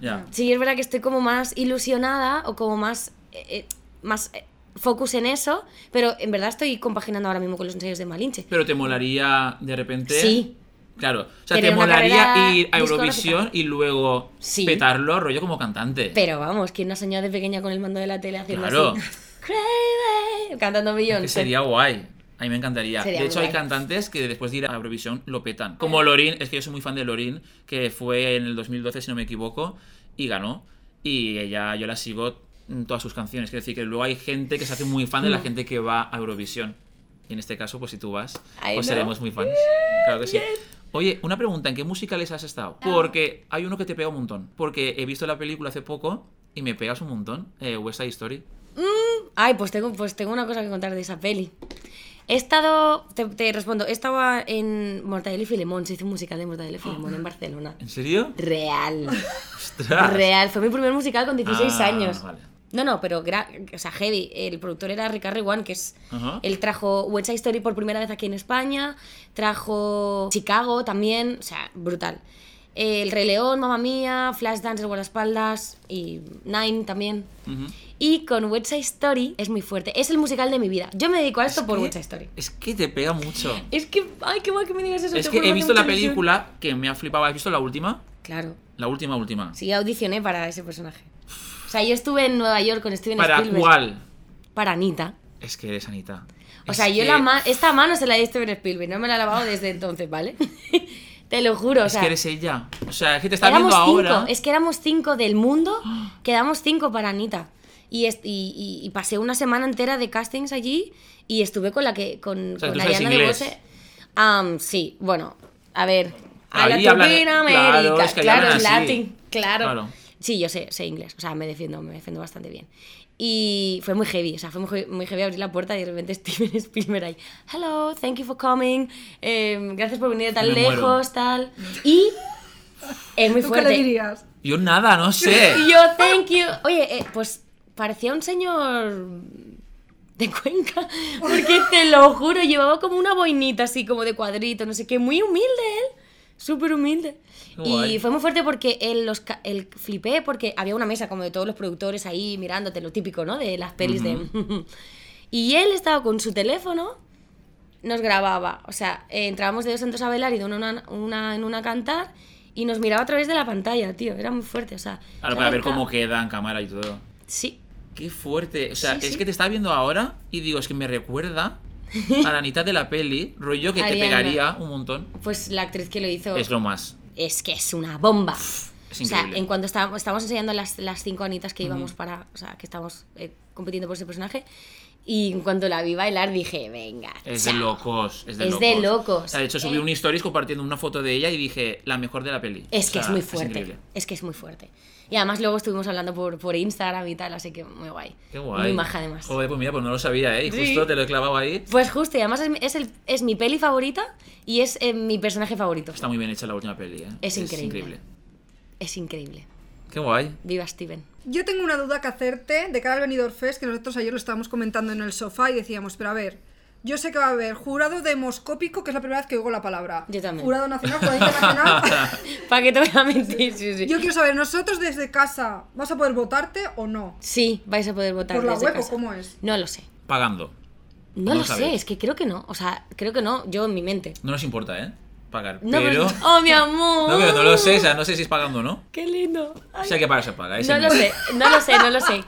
Speaker 2: Ya.
Speaker 4: sí es verdad que estoy como más ilusionada o como más eh, eh, más eh, focus en eso, pero en verdad estoy compaginando ahora mismo con los ensayos de Malinche.
Speaker 2: Pero te molaría de repente.
Speaker 4: Sí.
Speaker 2: Claro. O sea,
Speaker 4: Tener
Speaker 2: te
Speaker 4: una
Speaker 2: molaría
Speaker 4: carrera
Speaker 2: ir a Eurovisión
Speaker 4: discográfica.
Speaker 2: y luego
Speaker 4: Sí.
Speaker 2: petarlo rollo como cantante.
Speaker 4: Pero vamos, ¿quién no ha soñado de pequeña con el mando de la tele haciendo
Speaker 2: Claro.
Speaker 4: así? [laughs] Crazy, cantando
Speaker 2: Que
Speaker 4: millones.
Speaker 2: sería guay. A mí me encantaría.
Speaker 4: Sería
Speaker 2: de
Speaker 4: muy
Speaker 2: hecho, hay
Speaker 4: guay.
Speaker 2: cantantes que después de ir a Eurovisión lo petan. Como Lorin, es que yo soy muy fan de Lorin, que fue en el 2012, si no me equivoco, y ganó. Y ella, yo la sigo en todas sus canciones. Es decir, que luego hay gente que se hace muy fan de la
Speaker 4: Mm.
Speaker 2: gente que va a Eurovisión. Y en este caso, pues si tú vas,
Speaker 4: Ay,
Speaker 2: pues
Speaker 4: no.
Speaker 2: seremos muy fans. Claro que sí. Oye, una pregunta, ¿en qué musicales has estado?
Speaker 4: Ah.
Speaker 2: Porque hay uno que te pega un montón. Porque he visto la película hace poco y me pegas un montón. Eh, West Side Story.
Speaker 4: Ay, pues tengo, pues tengo una cosa que contar de esa peli. He estado, te, te respondo, he estado a- en Mortadelo y Filemón, se hizo un musical de Mortadelo y Filemón en Barcelona.
Speaker 2: ¿En serio?
Speaker 4: Real.
Speaker 2: ¡Ostras!
Speaker 4: Real, fue mi primer musical con 16
Speaker 2: Ah,
Speaker 4: años.
Speaker 2: vale.
Speaker 4: No, no, pero gra- o sea, heavy. El productor era Ricardo Rewan, que es.
Speaker 2: Ajá.
Speaker 4: Él trajo West Side Story por primera vez aquí en España. Trajo Chicago también. O sea, brutal. El Rey León, Mamma Mía, Flashdance, El Guardaespaldas y Nine también.
Speaker 2: Ujú.
Speaker 4: Y con West Side Story es muy fuerte. Es el musical de mi vida. Yo me dedico a esto
Speaker 2: Es
Speaker 4: por
Speaker 2: que-
Speaker 4: West Side Story.
Speaker 2: Es que te pega mucho.
Speaker 4: Es que, ay, qué guay que me digas eso.
Speaker 2: Es
Speaker 4: te
Speaker 2: que
Speaker 4: juro, me
Speaker 2: he
Speaker 4: hace
Speaker 2: visto la
Speaker 4: mucha ilusión.
Speaker 2: película que me ha flipado. ¿Has visto la última?
Speaker 4: Claro.
Speaker 2: La última, última.
Speaker 4: Sí, audicioné para ese personaje. O sea, yo estuve en Nueva York con Steven
Speaker 2: ¿Para
Speaker 4: Spielberg.
Speaker 2: cuál?
Speaker 4: Para Anita.
Speaker 2: Es que eres Anita.
Speaker 4: O
Speaker 2: Es
Speaker 4: sea, yo
Speaker 2: que-
Speaker 4: la ma- esta mano se la di a Steven Spielberg, no me la he lavado desde entonces, ¿vale? [laughs] Te lo juro, o
Speaker 2: Es
Speaker 4: sea,
Speaker 2: que eres ella. O sea, es que te está
Speaker 4: éramos
Speaker 2: viendo
Speaker 4: cinco,
Speaker 2: ahora.
Speaker 4: es que éramos cinco del
Speaker 2: [gasps]
Speaker 4: mundo, quedamos cinco para Anita. Y, est- y, y- y pasé una semana entera de castings allí y estuve con la que con,
Speaker 2: O sea,
Speaker 4: con
Speaker 2: tú sabes
Speaker 4: Ariana de
Speaker 2: inglés.
Speaker 4: Bose. Am, sí, bueno, a ver, a
Speaker 2: Ahí
Speaker 4: la
Speaker 2: hablan-
Speaker 4: América,
Speaker 2: claro,
Speaker 4: claro,
Speaker 2: es que hablan así.
Speaker 4: latín, claro.
Speaker 2: Claro.
Speaker 4: Sí, yo sé, sé inglés, o sea, me defiendo, me defiendo bastante bien. Y fue muy heavy, o sea, fue muy heavy, muy heavy abrir la puerta y de repente [laughs] Steven Spielberg ahí, hello, thank you for coming, em, gracias por venir de tan
Speaker 2: Me muero. [laughs]
Speaker 4: lejos, tal. Y es muy
Speaker 3: ¿Tú qué le
Speaker 4: fuerte.
Speaker 3: dirías?
Speaker 2: Yo nada, no sé.
Speaker 4: [laughs] Y yo, thank you. Oye, eh, pues parecía un señor de Cuenca, [laughs] porque te lo juro, llevaba como una boinita así, como de cuadrito, no sé qué, muy humilde él, súper humilde.
Speaker 2: Qué guay.
Speaker 4: Y fue muy fuerte porque el, los, ca- el flipé, porque había una mesa como de todos los productores ahí mirándote, lo típico, ¿no? De las pelis [laughs] de... y él estaba con su teléfono nos grababa. O sea, eh, entrábamos de dos en dos a bailar y de una, una- una en una a cantar y nos miraba a través de la pantalla, tío. Era muy fuerte, o sea.
Speaker 2: Claro, para ver
Speaker 4: cerca.
Speaker 2: cómo queda en cámara y todo.
Speaker 4: Sí.
Speaker 2: Qué fuerte. O sea,
Speaker 4: Sí,
Speaker 2: es
Speaker 4: sí.
Speaker 2: que te está viendo ahora y digo, es que me recuerda a la Anita de la peli. Rollo que te
Speaker 4: Ariana.
Speaker 2: pegaría un montón.
Speaker 4: Pues la actriz que lo hizo
Speaker 2: Es
Speaker 4: es,
Speaker 2: lo más.
Speaker 4: que es una bomba.
Speaker 2: Es
Speaker 4: O sea,
Speaker 2: increíble.
Speaker 4: en cuanto estábamos, estábamos enseñando las, las cinco anitas que íbamos para, o sea, que estábamos eh, compitiendo por ese personaje, y en cuanto la vi bailar dije, venga.
Speaker 2: Es de
Speaker 4: chao".
Speaker 2: locos. Es de
Speaker 4: Es
Speaker 2: locos.
Speaker 4: de locos. Eh.
Speaker 2: O sea, de hecho, subí un stories compartiendo una foto de ella y dije, la mejor de la peli.
Speaker 4: Es
Speaker 2: O
Speaker 4: que
Speaker 2: sea,
Speaker 4: es muy fuerte.
Speaker 2: increíble.
Speaker 4: es que es muy fuerte. Y además luego estuvimos hablando por, por Instagram y tal, así que muy guay.
Speaker 2: Qué guay.
Speaker 4: Muy maja además.
Speaker 2: Joder, pues mira, pues no lo sabía, ¿eh? Y
Speaker 4: Sí.
Speaker 2: justo te lo he clavado ahí.
Speaker 4: Pues justo, y además es, mi- es el, es mi peli favorita y es eh, mi personaje favorito.
Speaker 2: Está muy bien hecha la última peli, ¿eh?
Speaker 4: Es increíble. Es increíble.
Speaker 2: Qué guay.
Speaker 4: Viva Steven. [laughs]
Speaker 3: Yo tengo una duda que hacerte de cara al Benidorm Fest, que nosotros ayer lo estábamos comentando en el sofá y decíamos, pero a ver, yo sé que va a haber jurado demoscópico, que es la primera vez que oigo la palabra.
Speaker 4: Yo también.
Speaker 3: Jurado nacional, jurado
Speaker 4: [laughs]
Speaker 3: internacional.
Speaker 4: ¿Para qué te voy a mentir? Sí, sí.
Speaker 3: yo quiero saber, ¿nosotros desde casa vas a poder votarte o no?
Speaker 4: Sí, vais a poder votar
Speaker 3: ¿Por la
Speaker 4: desde
Speaker 3: web o
Speaker 4: casa.
Speaker 3: cómo es?
Speaker 4: No lo sé.
Speaker 2: Pagando.
Speaker 4: No
Speaker 2: No
Speaker 4: lo sé,
Speaker 2: sabéis.
Speaker 4: es que creo que no. O sea, creo que no, yo en mi mente.
Speaker 2: No nos importa, ¿eh? Pagar.
Speaker 4: No, [laughs]
Speaker 2: pero...
Speaker 4: pero- ¡Oh, mi amor!
Speaker 2: No, pero no lo sé, o sea, no sé si es pagando o no.
Speaker 4: ¡Qué lindo!
Speaker 2: O sea, que para se paga. ese
Speaker 4: No lo
Speaker 2: mes.
Speaker 4: sé, no lo sé, no
Speaker 2: [laughs]
Speaker 4: lo sé.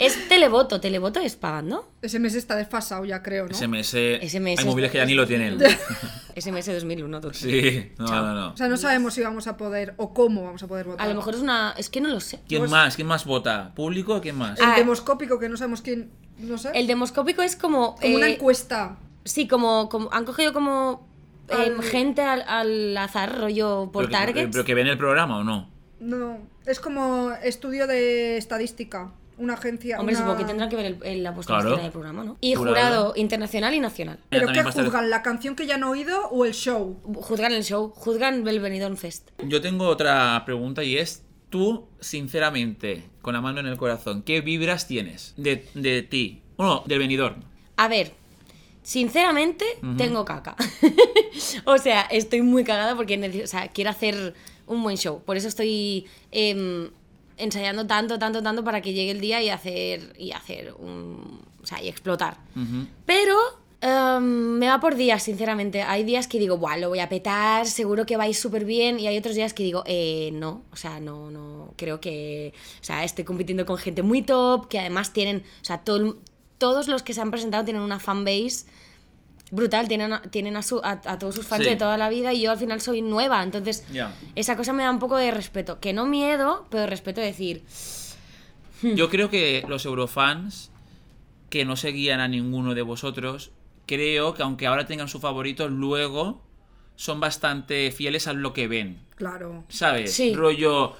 Speaker 4: Es televoto, televoto es pagando.
Speaker 3: Ese mes está desfasado ya, creo, ¿no?
Speaker 2: SMS,
Speaker 4: SMS
Speaker 2: Hay móviles que ya ni lo tienen.
Speaker 4: [laughs] SMS 2001, tú.
Speaker 2: Sí, no,
Speaker 4: Chao.
Speaker 2: no, no.
Speaker 3: O sea, no sabemos si vamos a poder o cómo vamos a poder votar.
Speaker 4: A lo mejor es una. Es que no lo sé.
Speaker 2: ¿Quién más? ¿Quién más vota? ¿Público o quién más?
Speaker 3: El
Speaker 4: Pues- Ah.
Speaker 3: demoscópico, que no sabemos quién, no sé.
Speaker 4: El demoscópico es como.
Speaker 3: como una
Speaker 4: eh,
Speaker 3: encuesta.
Speaker 4: Sí, como, como- Han cogido como. eh,
Speaker 3: Al-
Speaker 4: gente al, al azar, rollo por
Speaker 2: Pero que-
Speaker 4: targets.
Speaker 2: ¿Pero que ven el programa o no?
Speaker 3: No, es como estudio de estadística, una agencia.
Speaker 4: Hombre,
Speaker 3: una-
Speaker 4: supongo que tendrán que ver el, el- la puesta en
Speaker 2: Claro.
Speaker 4: escena del programa, ¿no? Y
Speaker 2: Jurado.
Speaker 4: jurado, internacional y nacional.
Speaker 2: Mira,
Speaker 3: ¿Pero qué
Speaker 2: también va a estar-
Speaker 3: juzgan? ¿La canción que ya han oído o el show?
Speaker 4: Juzgan el show, juzgan el Benidorm Fest.
Speaker 2: Yo tengo otra pregunta y es, tú, sinceramente, con la mano en el corazón, ¿qué vibras tienes de, de ti? Bueno, del venidor.
Speaker 4: A ver, sinceramente, tengo caca. [laughs] o sea, estoy muy cagada porque neces- o sea, quiero hacer un buen show. Por eso estoy em, ensayando tanto, tanto, tanto para que llegue el día y hacer, y hacer un. O sea, y explotar. Pero. em, me va por días, sinceramente. Hay días que digo, Buah, lo voy a petar, seguro que vais súper bien. Y hay otros días que digo, eh, no, o sea, no, no, creo que. O sea, estoy compitiendo con gente muy top, que además tienen. O sea, todo, el- todos los que se han presentado tienen una fanbase brutal, tienen, a- tienen a, su- a, a todos sus fans
Speaker 2: Sí.
Speaker 4: de toda la vida y yo al final soy nueva, entonces
Speaker 2: Ya.
Speaker 4: esa cosa me da un poco de respeto, que no miedo, pero respeto de decir,
Speaker 2: Yo creo que los eurofans, que no seguían a ninguno de vosotros, creo que aunque ahora tengan su favorito, luego son bastante fieles a lo que ven.
Speaker 3: Claro.
Speaker 2: ¿sabes?
Speaker 4: Sí.
Speaker 2: Rollo,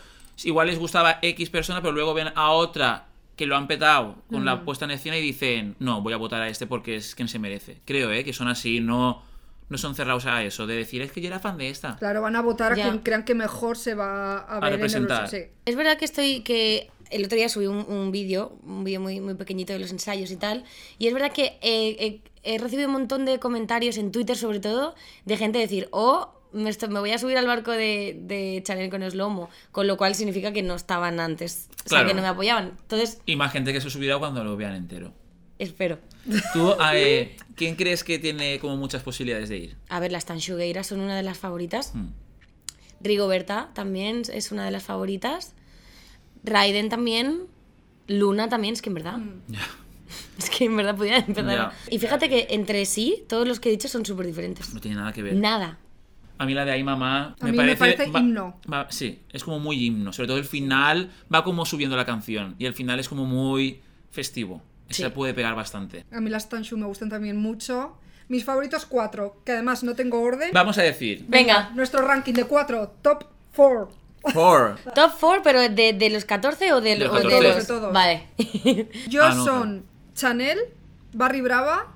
Speaker 2: igual les gustaba X persona, pero luego ven a otra que lo han petado con la puesta en escena y dicen, no, voy a votar a este porque es quien se merece. Creo, ¿eh? Que son así, no, no son cerrados a eso, de decir, es que yo era fan de esta.
Speaker 3: Claro, van a votar
Speaker 4: Ya.
Speaker 3: a quien crean que mejor se va a, ver en
Speaker 2: representar.
Speaker 3: Eurovisión, sí.
Speaker 4: Es verdad que estoy que el otro día subí un, un vídeo, un vídeo muy, muy pequeñito de los ensayos y tal, y es verdad que eh, he, he recibido un montón de comentarios en Twitter sobre todo de gente decir, oh, me, esto- me voy a subir al barco de, de Chanel con Slomo, con lo cual significa que no estaban antes, o sea,
Speaker 2: Claro.
Speaker 4: que no me apoyaban. Entonces,
Speaker 2: Y más gente que se subirá cuando lo vean entero.
Speaker 4: espero.
Speaker 2: Tú, a, eh, ¿quién crees que tiene como muchas posibilidades de ir?
Speaker 4: A ver, las Tanchugueiras son una de las favoritas.
Speaker 2: Mm.
Speaker 4: Rigoberta también es una de las favoritas. Raiden también. Luna también, es que en verdad.
Speaker 3: Hmm.
Speaker 4: [laughs] Es que en verdad podía empezar.
Speaker 2: Ya.
Speaker 4: Y fíjate que entre sí, todos los que he dicho son súper diferentes.
Speaker 2: No tiene nada que ver.
Speaker 4: Nada.
Speaker 2: A mí la de ahí mamá
Speaker 3: A mí me parece himno.
Speaker 2: va- sí, es como muy himno. Sobre todo el final va como subiendo la canción y el final es como muy festivo.
Speaker 4: Sí.
Speaker 2: Se puede pegar bastante.
Speaker 3: A mí las Tanshu me gustan también mucho. Mis favoritos cuatro, que además no tengo orden.
Speaker 2: Vamos a decir
Speaker 4: Venga,
Speaker 3: Nuestro ranking de cuatro, top four.
Speaker 2: por
Speaker 4: top 4, pero de, de los 14 o de,
Speaker 2: De los
Speaker 4: o de
Speaker 2: 14.
Speaker 4: los.
Speaker 3: De todos.
Speaker 4: Vale.
Speaker 3: Yo
Speaker 2: Ah, no,
Speaker 3: son Chanel, Barry Brava,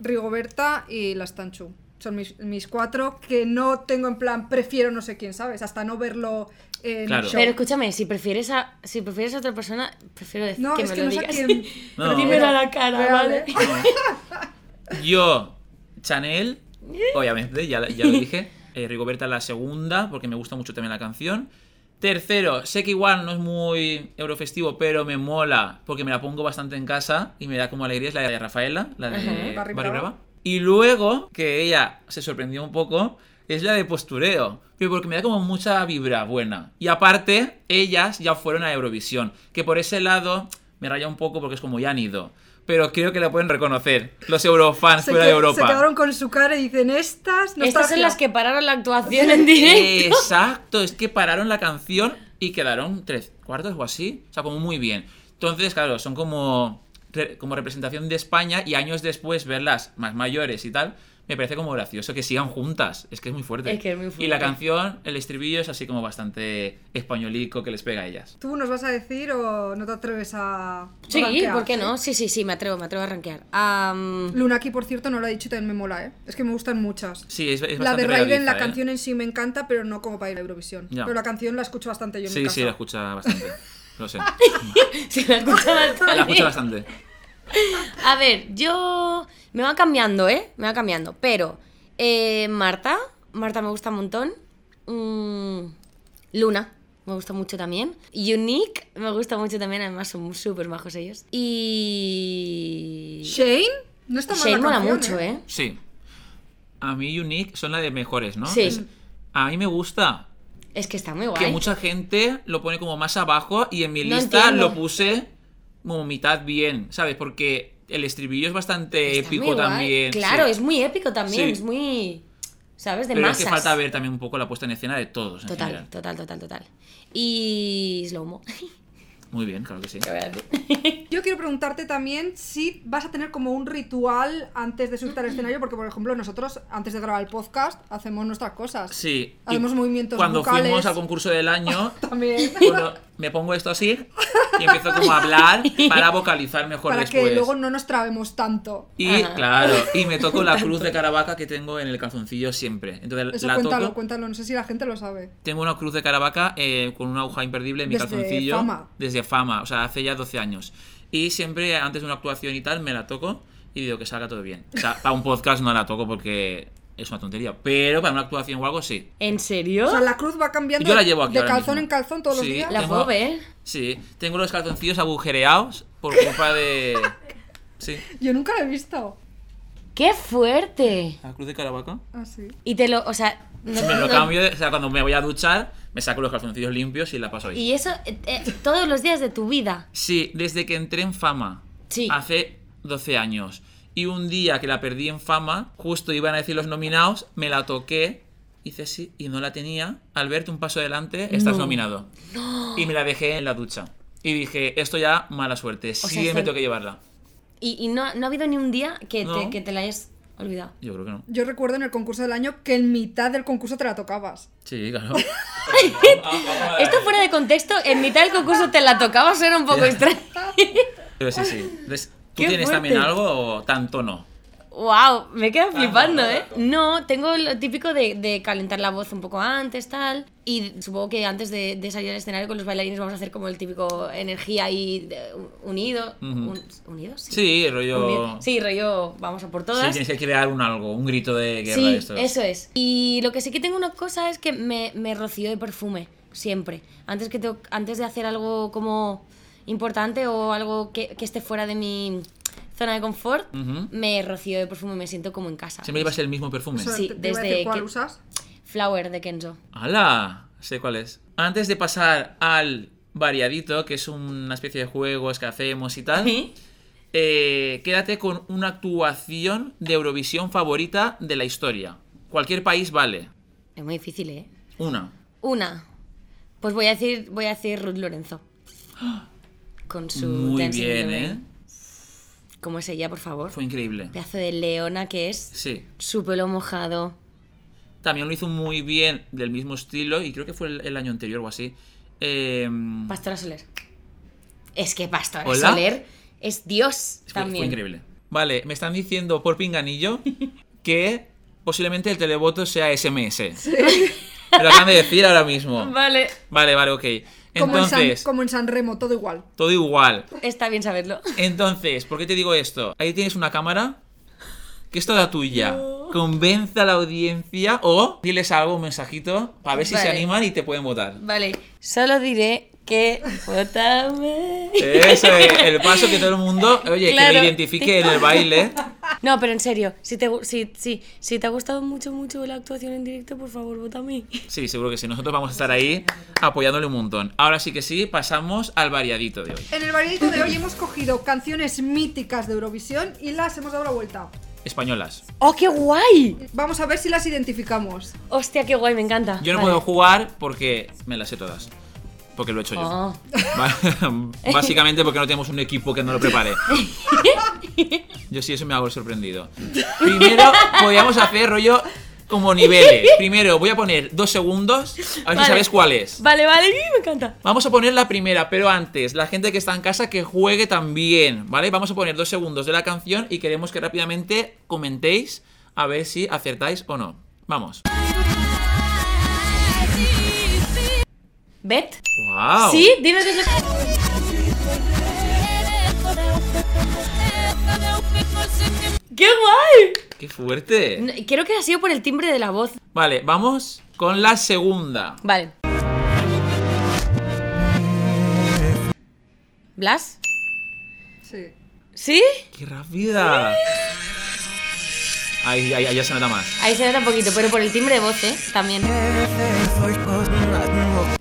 Speaker 3: Rigoberta y las Tanchu. Son mis, mis cuatro que no tengo en plan, prefiero no sé quién, ¿sabes? Hasta no verlo en
Speaker 2: Claro.
Speaker 3: el show.
Speaker 4: pero escúchame, si prefieres a, si prefieres a otra persona, prefiero dec-
Speaker 3: No,
Speaker 4: que
Speaker 3: es
Speaker 4: me
Speaker 3: que
Speaker 4: lo
Speaker 3: no sé a
Speaker 4: digas. [laughs]
Speaker 3: quién.
Speaker 2: No.
Speaker 4: Dímelo a la cara,
Speaker 3: Pero,
Speaker 4: ¿vale?
Speaker 2: yo Chanel, obviamente ya, ya lo
Speaker 3: [laughs]
Speaker 2: dije. Eh, Rigoberta la segunda porque me gusta mucho también la canción. Tercero, sé que igual no es muy eurofestivo, pero me mola porque me la pongo bastante en casa y me da como alegría. Es la de Rafaela, la de
Speaker 4: Ajá.
Speaker 2: Barry
Speaker 3: Barry
Speaker 2: Brava.
Speaker 3: Brava.
Speaker 2: Y luego, que ella se sorprendió un poco, es la de postureo. Pero porque me da como mucha vibra buena. Y aparte, ellas ya fueron a Eurovisión. Que por ese lado me raya un poco porque es como ya han ido. Pero creo que la pueden reconocer. Los eurofans
Speaker 3: Se,
Speaker 2: fuera
Speaker 3: que-
Speaker 2: de Europa.
Speaker 3: se quedaron con su cara y dicen, estas no
Speaker 4: Estas son
Speaker 3: nostalgia".
Speaker 4: las que pararon la actuación en directo.
Speaker 2: Exacto, es que pararon la canción y quedaron tres cuartos o así. O sea, como muy bien. Entonces, claro, son como, re- como representación de España y años después verlas más mayores y tal. Me parece como gracioso que sigan juntas. Es que es muy fuerte.
Speaker 4: Es que es muy
Speaker 2: Y la
Speaker 4: fuerte.
Speaker 2: canción, el estribillo es así como bastante españolico que les pega a ellas.
Speaker 3: ¿Tú nos vas a decir o no te atreves a.?
Speaker 4: Sí,
Speaker 3: rankear?
Speaker 4: ¿por qué no? Sí, sí, sí, me atrevo, me atrevo a rankear. Am, [laughs]
Speaker 3: Lunaki, por cierto, no lo ha dicho y también me mola, ¿eh? Es que me gustan muchas.
Speaker 2: Sí, es, es
Speaker 3: la de
Speaker 2: bastante
Speaker 3: Raiden,
Speaker 2: pegadiza,
Speaker 3: la
Speaker 2: ¿eh?
Speaker 3: canción en sí me encanta, pero no como para ir a Eurovisión.
Speaker 2: Ya.
Speaker 3: Pero la canción la escucho bastante yo en mi
Speaker 2: Sí,
Speaker 3: casa.
Speaker 2: sí, la escucha bastante. Lo
Speaker 4: [laughs]
Speaker 2: sé.
Speaker 4: se [laughs] me escucha
Speaker 2: La
Speaker 4: bastante.
Speaker 2: escucha bastante.
Speaker 4: A ver, yo. Me va cambiando, ¿eh? Me va cambiando. Pero. eh, Marta. Marta me gusta un montón. Mm, Luna. Me gusta mucho también. Unique. Me gusta mucho también. Además, son súper majos ellos. Y.
Speaker 3: Shane, no está mal
Speaker 4: Shane
Speaker 3: la
Speaker 4: mola
Speaker 3: canción,
Speaker 4: mucho, ¿eh?
Speaker 2: Sí. A mí Unique son las de mejores, ¿no?
Speaker 4: Sí.
Speaker 2: Es- a mí me gusta
Speaker 4: Es que está muy
Speaker 2: que
Speaker 4: guay.
Speaker 2: mucha gente lo pone como más abajo y en mi
Speaker 4: No
Speaker 2: lista
Speaker 4: entiendo.
Speaker 2: lo puse como mitad bien, ¿sabes? Porque el estribillo es bastante
Speaker 4: Está muy
Speaker 2: épico
Speaker 4: guay.
Speaker 2: también.
Speaker 4: Claro,
Speaker 2: sí.
Speaker 4: es muy épico también.
Speaker 2: Sí.
Speaker 4: Es muy. ¿Sabes? De
Speaker 2: Pero
Speaker 4: masas.
Speaker 2: es que falta ver también un poco la puesta en escena de todos. En
Speaker 4: Total,
Speaker 2: general.
Speaker 4: total, total, total. Y. [laughs] Slow-mo.
Speaker 2: Muy bien, claro que sí.
Speaker 3: ¿eh? Yo quiero preguntarte también si vas a tener como un ritual antes de subirte al escenario, porque por ejemplo nosotros antes de grabar el podcast hacemos nuestras cosas.
Speaker 2: Sí. y
Speaker 3: Hacemos movimientos
Speaker 2: Cuando
Speaker 3: vocales.
Speaker 2: fuimos al concurso del año, [laughs]
Speaker 3: También.
Speaker 2: bueno, me pongo esto así y empiezo como a hablar para vocalizar mejor
Speaker 3: para
Speaker 2: después.
Speaker 3: que luego no nos trabemos tanto.
Speaker 2: Y
Speaker 4: Ajá.
Speaker 2: claro, y me toco la cruz de Caravaca que tengo en el calzoncillo siempre. Entonces
Speaker 3: Eso
Speaker 2: la
Speaker 3: cuéntalo,
Speaker 2: toco.
Speaker 3: cuéntalo. No sé si la gente lo sabe.
Speaker 2: Tengo una cruz de Caravaca eh, con una aguja imperdible en mi
Speaker 3: Desde
Speaker 2: calzoncillo.
Speaker 3: Fama.
Speaker 2: Desde fama, o sea, hace ya 12 años. Y siempre antes de una actuación y tal me la toco y digo que salga todo bien. O sea, para un podcast no la toco porque es una tontería, pero para una actuación o algo sí.
Speaker 4: ¿En serio?
Speaker 3: O sea, la cruz va cambiando
Speaker 2: Yo la llevo aquí
Speaker 3: de
Speaker 2: ahora
Speaker 3: calzón
Speaker 2: mismo.
Speaker 3: en calzón todos
Speaker 2: Sí.
Speaker 3: los días.
Speaker 4: La
Speaker 2: Tengo-
Speaker 4: puedo ver.
Speaker 2: Sí, tengo los calzoncillos agujereados por culpa
Speaker 3: [laughs]
Speaker 2: de... Sí,
Speaker 3: Yo nunca la he visto.
Speaker 4: ¡Qué fuerte!
Speaker 2: la cruz de Caravaca.
Speaker 3: Así.
Speaker 4: Y te lo, o sea, no-
Speaker 2: Me lo
Speaker 4: no-
Speaker 2: cambio, de- o sea, cuando me voy a duchar, me saco los calzoncillos limpios y la paso ahí.
Speaker 4: y eso eh, eh, todos los días de tu vida.
Speaker 2: Sí, desde que entré en fama.
Speaker 4: Sí.
Speaker 2: Hace 12 años. Y un día que la perdí en fama, justo iban a decir los nominados, me la toqué, hice así y no la tenía. Al verte un paso adelante, estás
Speaker 4: No.
Speaker 2: nominado. Y me la dejé en la ducha. Y dije, esto ya mala suerte,
Speaker 4: sea,
Speaker 2: siempre
Speaker 4: son-
Speaker 2: tengo que llevarla.
Speaker 4: Y, y no, no ha habido ni un día que, te,
Speaker 2: No.
Speaker 4: que te la hayas olvidado.
Speaker 2: Yo creo que no.
Speaker 3: Yo recuerdo en el concurso del año que en mitad del concurso te la tocabas.
Speaker 2: Sí,
Speaker 4: [laughs]
Speaker 2: claro.
Speaker 4: Esto fuera de contexto, en mitad del concurso te la tocabas, era un poco extraño.
Speaker 2: Pero sí, sí. Entonces, ¿Tú
Speaker 4: Qué
Speaker 2: tienes
Speaker 4: fuerte.
Speaker 2: también algo o tanto no?
Speaker 4: ¡Wow! Me quedo flipando, ¿eh? No, tengo lo típico de, de calentar la voz un poco antes, tal. Y supongo que antes de, de salir al escenario con los bailarines vamos a hacer como el típico energía ahí de- unido.
Speaker 2: Ujú.
Speaker 4: un- ¿Unidos?
Speaker 2: Sí, rollo...
Speaker 4: Unido. Sí, rollo, vamos a por
Speaker 2: Sí,
Speaker 4: todas.
Speaker 2: tienes que crear un algo, un grito de guerra
Speaker 4: Sí,
Speaker 2: de estos.
Speaker 4: eso es. Y lo que sí que tengo una cosa es que me, me rocío de perfume, siempre. Antes, que tengo- antes de hacer algo como importante o algo que, que esté fuera de mi zona de confort,
Speaker 2: Ujú.
Speaker 4: me rocío de perfume, me siento como en casa.
Speaker 2: Siempre llevas el mismo perfume.
Speaker 3: Eso
Speaker 4: Sí,
Speaker 3: te- te iba a
Speaker 4: desde
Speaker 3: decir, ¿Cuál
Speaker 4: que-
Speaker 3: usas?
Speaker 4: Flower de Kenzo.
Speaker 2: ¡Hala! Sé cuál es. Antes de pasar al variadito, que es una especie de juegos que hacemos y tal, eh, quédate con una actuación de Eurovisión favorita de la historia. Cualquier país vale.
Speaker 4: Es muy difícil, ¿eh?
Speaker 2: Una.
Speaker 4: Una. Pues voy a decir, voy a decir Ruth Lorenzo. [gasps] Con su
Speaker 2: Muy
Speaker 4: Dancing in the
Speaker 2: bien, ¿eh?
Speaker 4: Rain. ¿Cómo es ella, por favor?
Speaker 2: Fue increíble.
Speaker 4: Pedazo de leona que es.
Speaker 2: Sí.
Speaker 4: Su pelo mojado.
Speaker 2: También lo hizo muy bien, del mismo estilo, y creo que fue el, el año anterior o así. Eh,
Speaker 4: Pastora Soler. Es que Pastora
Speaker 2: Hola.
Speaker 4: Soler es Dios
Speaker 2: Fue-
Speaker 4: también.
Speaker 2: Fue increíble. Vale, me están diciendo por
Speaker 4: [laughs]
Speaker 2: pinganillo que posiblemente el televoto sea SMS. Me lo acaban de decir ahora mismo.
Speaker 4: [laughs] Vale.
Speaker 2: Vale, vale, ok.
Speaker 3: Como en San-
Speaker 2: Entonces,
Speaker 3: como en San Remo, todo igual.
Speaker 2: todo igual.
Speaker 4: Está bien saberlo.
Speaker 2: Entonces, ¿por qué te digo esto? Ahí tienes una cámara que es toda tuya. Convenza a la audiencia o diles algo, un mensajito, para ver si se
Speaker 4: Vale.
Speaker 2: animan y te pueden
Speaker 4: [laughs]
Speaker 2: votar.
Speaker 4: Vale. Solo diré que.
Speaker 2: [laughs]
Speaker 4: Votame.
Speaker 2: Eso es el paso que todo el mundo, oye, que
Speaker 4: Claro.
Speaker 2: lo identifique en el baile.
Speaker 4: No, pero en serio, si te, gu- si, si, si te ha gustado mucho, mucho la actuación en directo, por favor, vota a mí.
Speaker 2: Sí, seguro que sí. Nosotros vamos a estar ahí apoyándole un montón. Ahora sí que sí, pasamos al variadito de hoy.
Speaker 3: En el variadito de hoy hemos cogido canciones míticas de Eurovisión y las hemos dado la vuelta.
Speaker 2: Españolas.
Speaker 4: ¡Oh, qué guay!
Speaker 3: Vamos a ver si las identificamos.
Speaker 4: Hostia, qué guay, me encanta.
Speaker 2: Yo no
Speaker 4: Vale.
Speaker 2: puedo jugar porque me las sé todas. Porque lo he hecho yo.
Speaker 4: Oh.
Speaker 2: Ba- [laughs] Básicamente porque no tenemos un equipo que no lo
Speaker 4: [laughs]
Speaker 2: prepare. Yo sí, eso me hago el sorprendido. Primero, podríamos hacer rollo como niveles. Primero, voy a poner dos segundos, a ver si
Speaker 4: Vale.
Speaker 2: sabes cuál es.
Speaker 4: Vale, vale, [laughs] ¡y, me encanta.
Speaker 2: Vamos a poner la primera, pero antes, la gente que está en casa que juegue también, ¿vale? Vamos a poner dos segundos de la canción y queremos que rápidamente comentéis a ver si acertáis o no. Vamos.
Speaker 4: ¿Bet?
Speaker 2: ¡Wow!
Speaker 4: Sí, dime que es la- ¡Qué guay!
Speaker 2: ¡Qué fuerte!
Speaker 4: No, Creo que ha sido por el timbre de la voz.
Speaker 2: Vale, vamos con la segunda.
Speaker 4: Vale. ¿Blas?
Speaker 3: Sí.
Speaker 4: ¿Sí?
Speaker 2: ¡Qué rápida! Ahí, ahí, ahí ya se nota más.
Speaker 4: Ahí se nota un poquito, pero por el timbre de voz, ¿eh? También.
Speaker 2: Un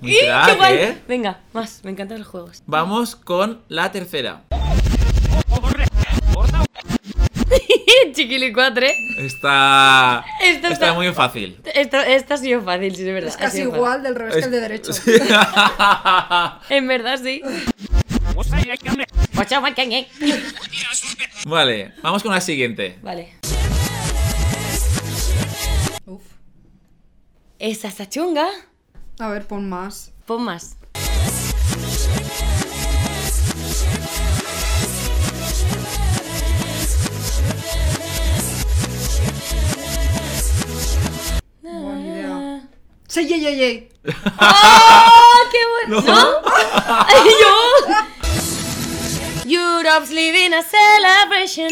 Speaker 4: ¡Ih,
Speaker 2: crack,
Speaker 4: qué guay!
Speaker 2: ¿eh?
Speaker 4: Venga, más. Me encantan
Speaker 2: [laughs]
Speaker 4: los juegos. [laughs]
Speaker 2: Vamos con la tercera.
Speaker 4: Chiquilicuatre.
Speaker 2: Está.
Speaker 4: Esta
Speaker 2: está
Speaker 4: está-
Speaker 2: muy fácil. [laughs]
Speaker 4: Esto, esto ha sido fácil, sí, es verdad.
Speaker 3: Es
Speaker 4: ha
Speaker 3: casi
Speaker 4: sido
Speaker 3: igual del revés que el de derecho.
Speaker 4: fácil. En verdad, sí. eh.
Speaker 2: vale, vamos con la siguiente.
Speaker 4: Vale.
Speaker 3: Uf.
Speaker 4: Esa está chunga.
Speaker 3: A ver, pon más.
Speaker 4: Pon [laughs] más.
Speaker 3: Buena idea. Sí, yey, yey, yey.
Speaker 4: ¡Oh, qué bueno! ¿No? Ay, yo! Europe's living a celebration.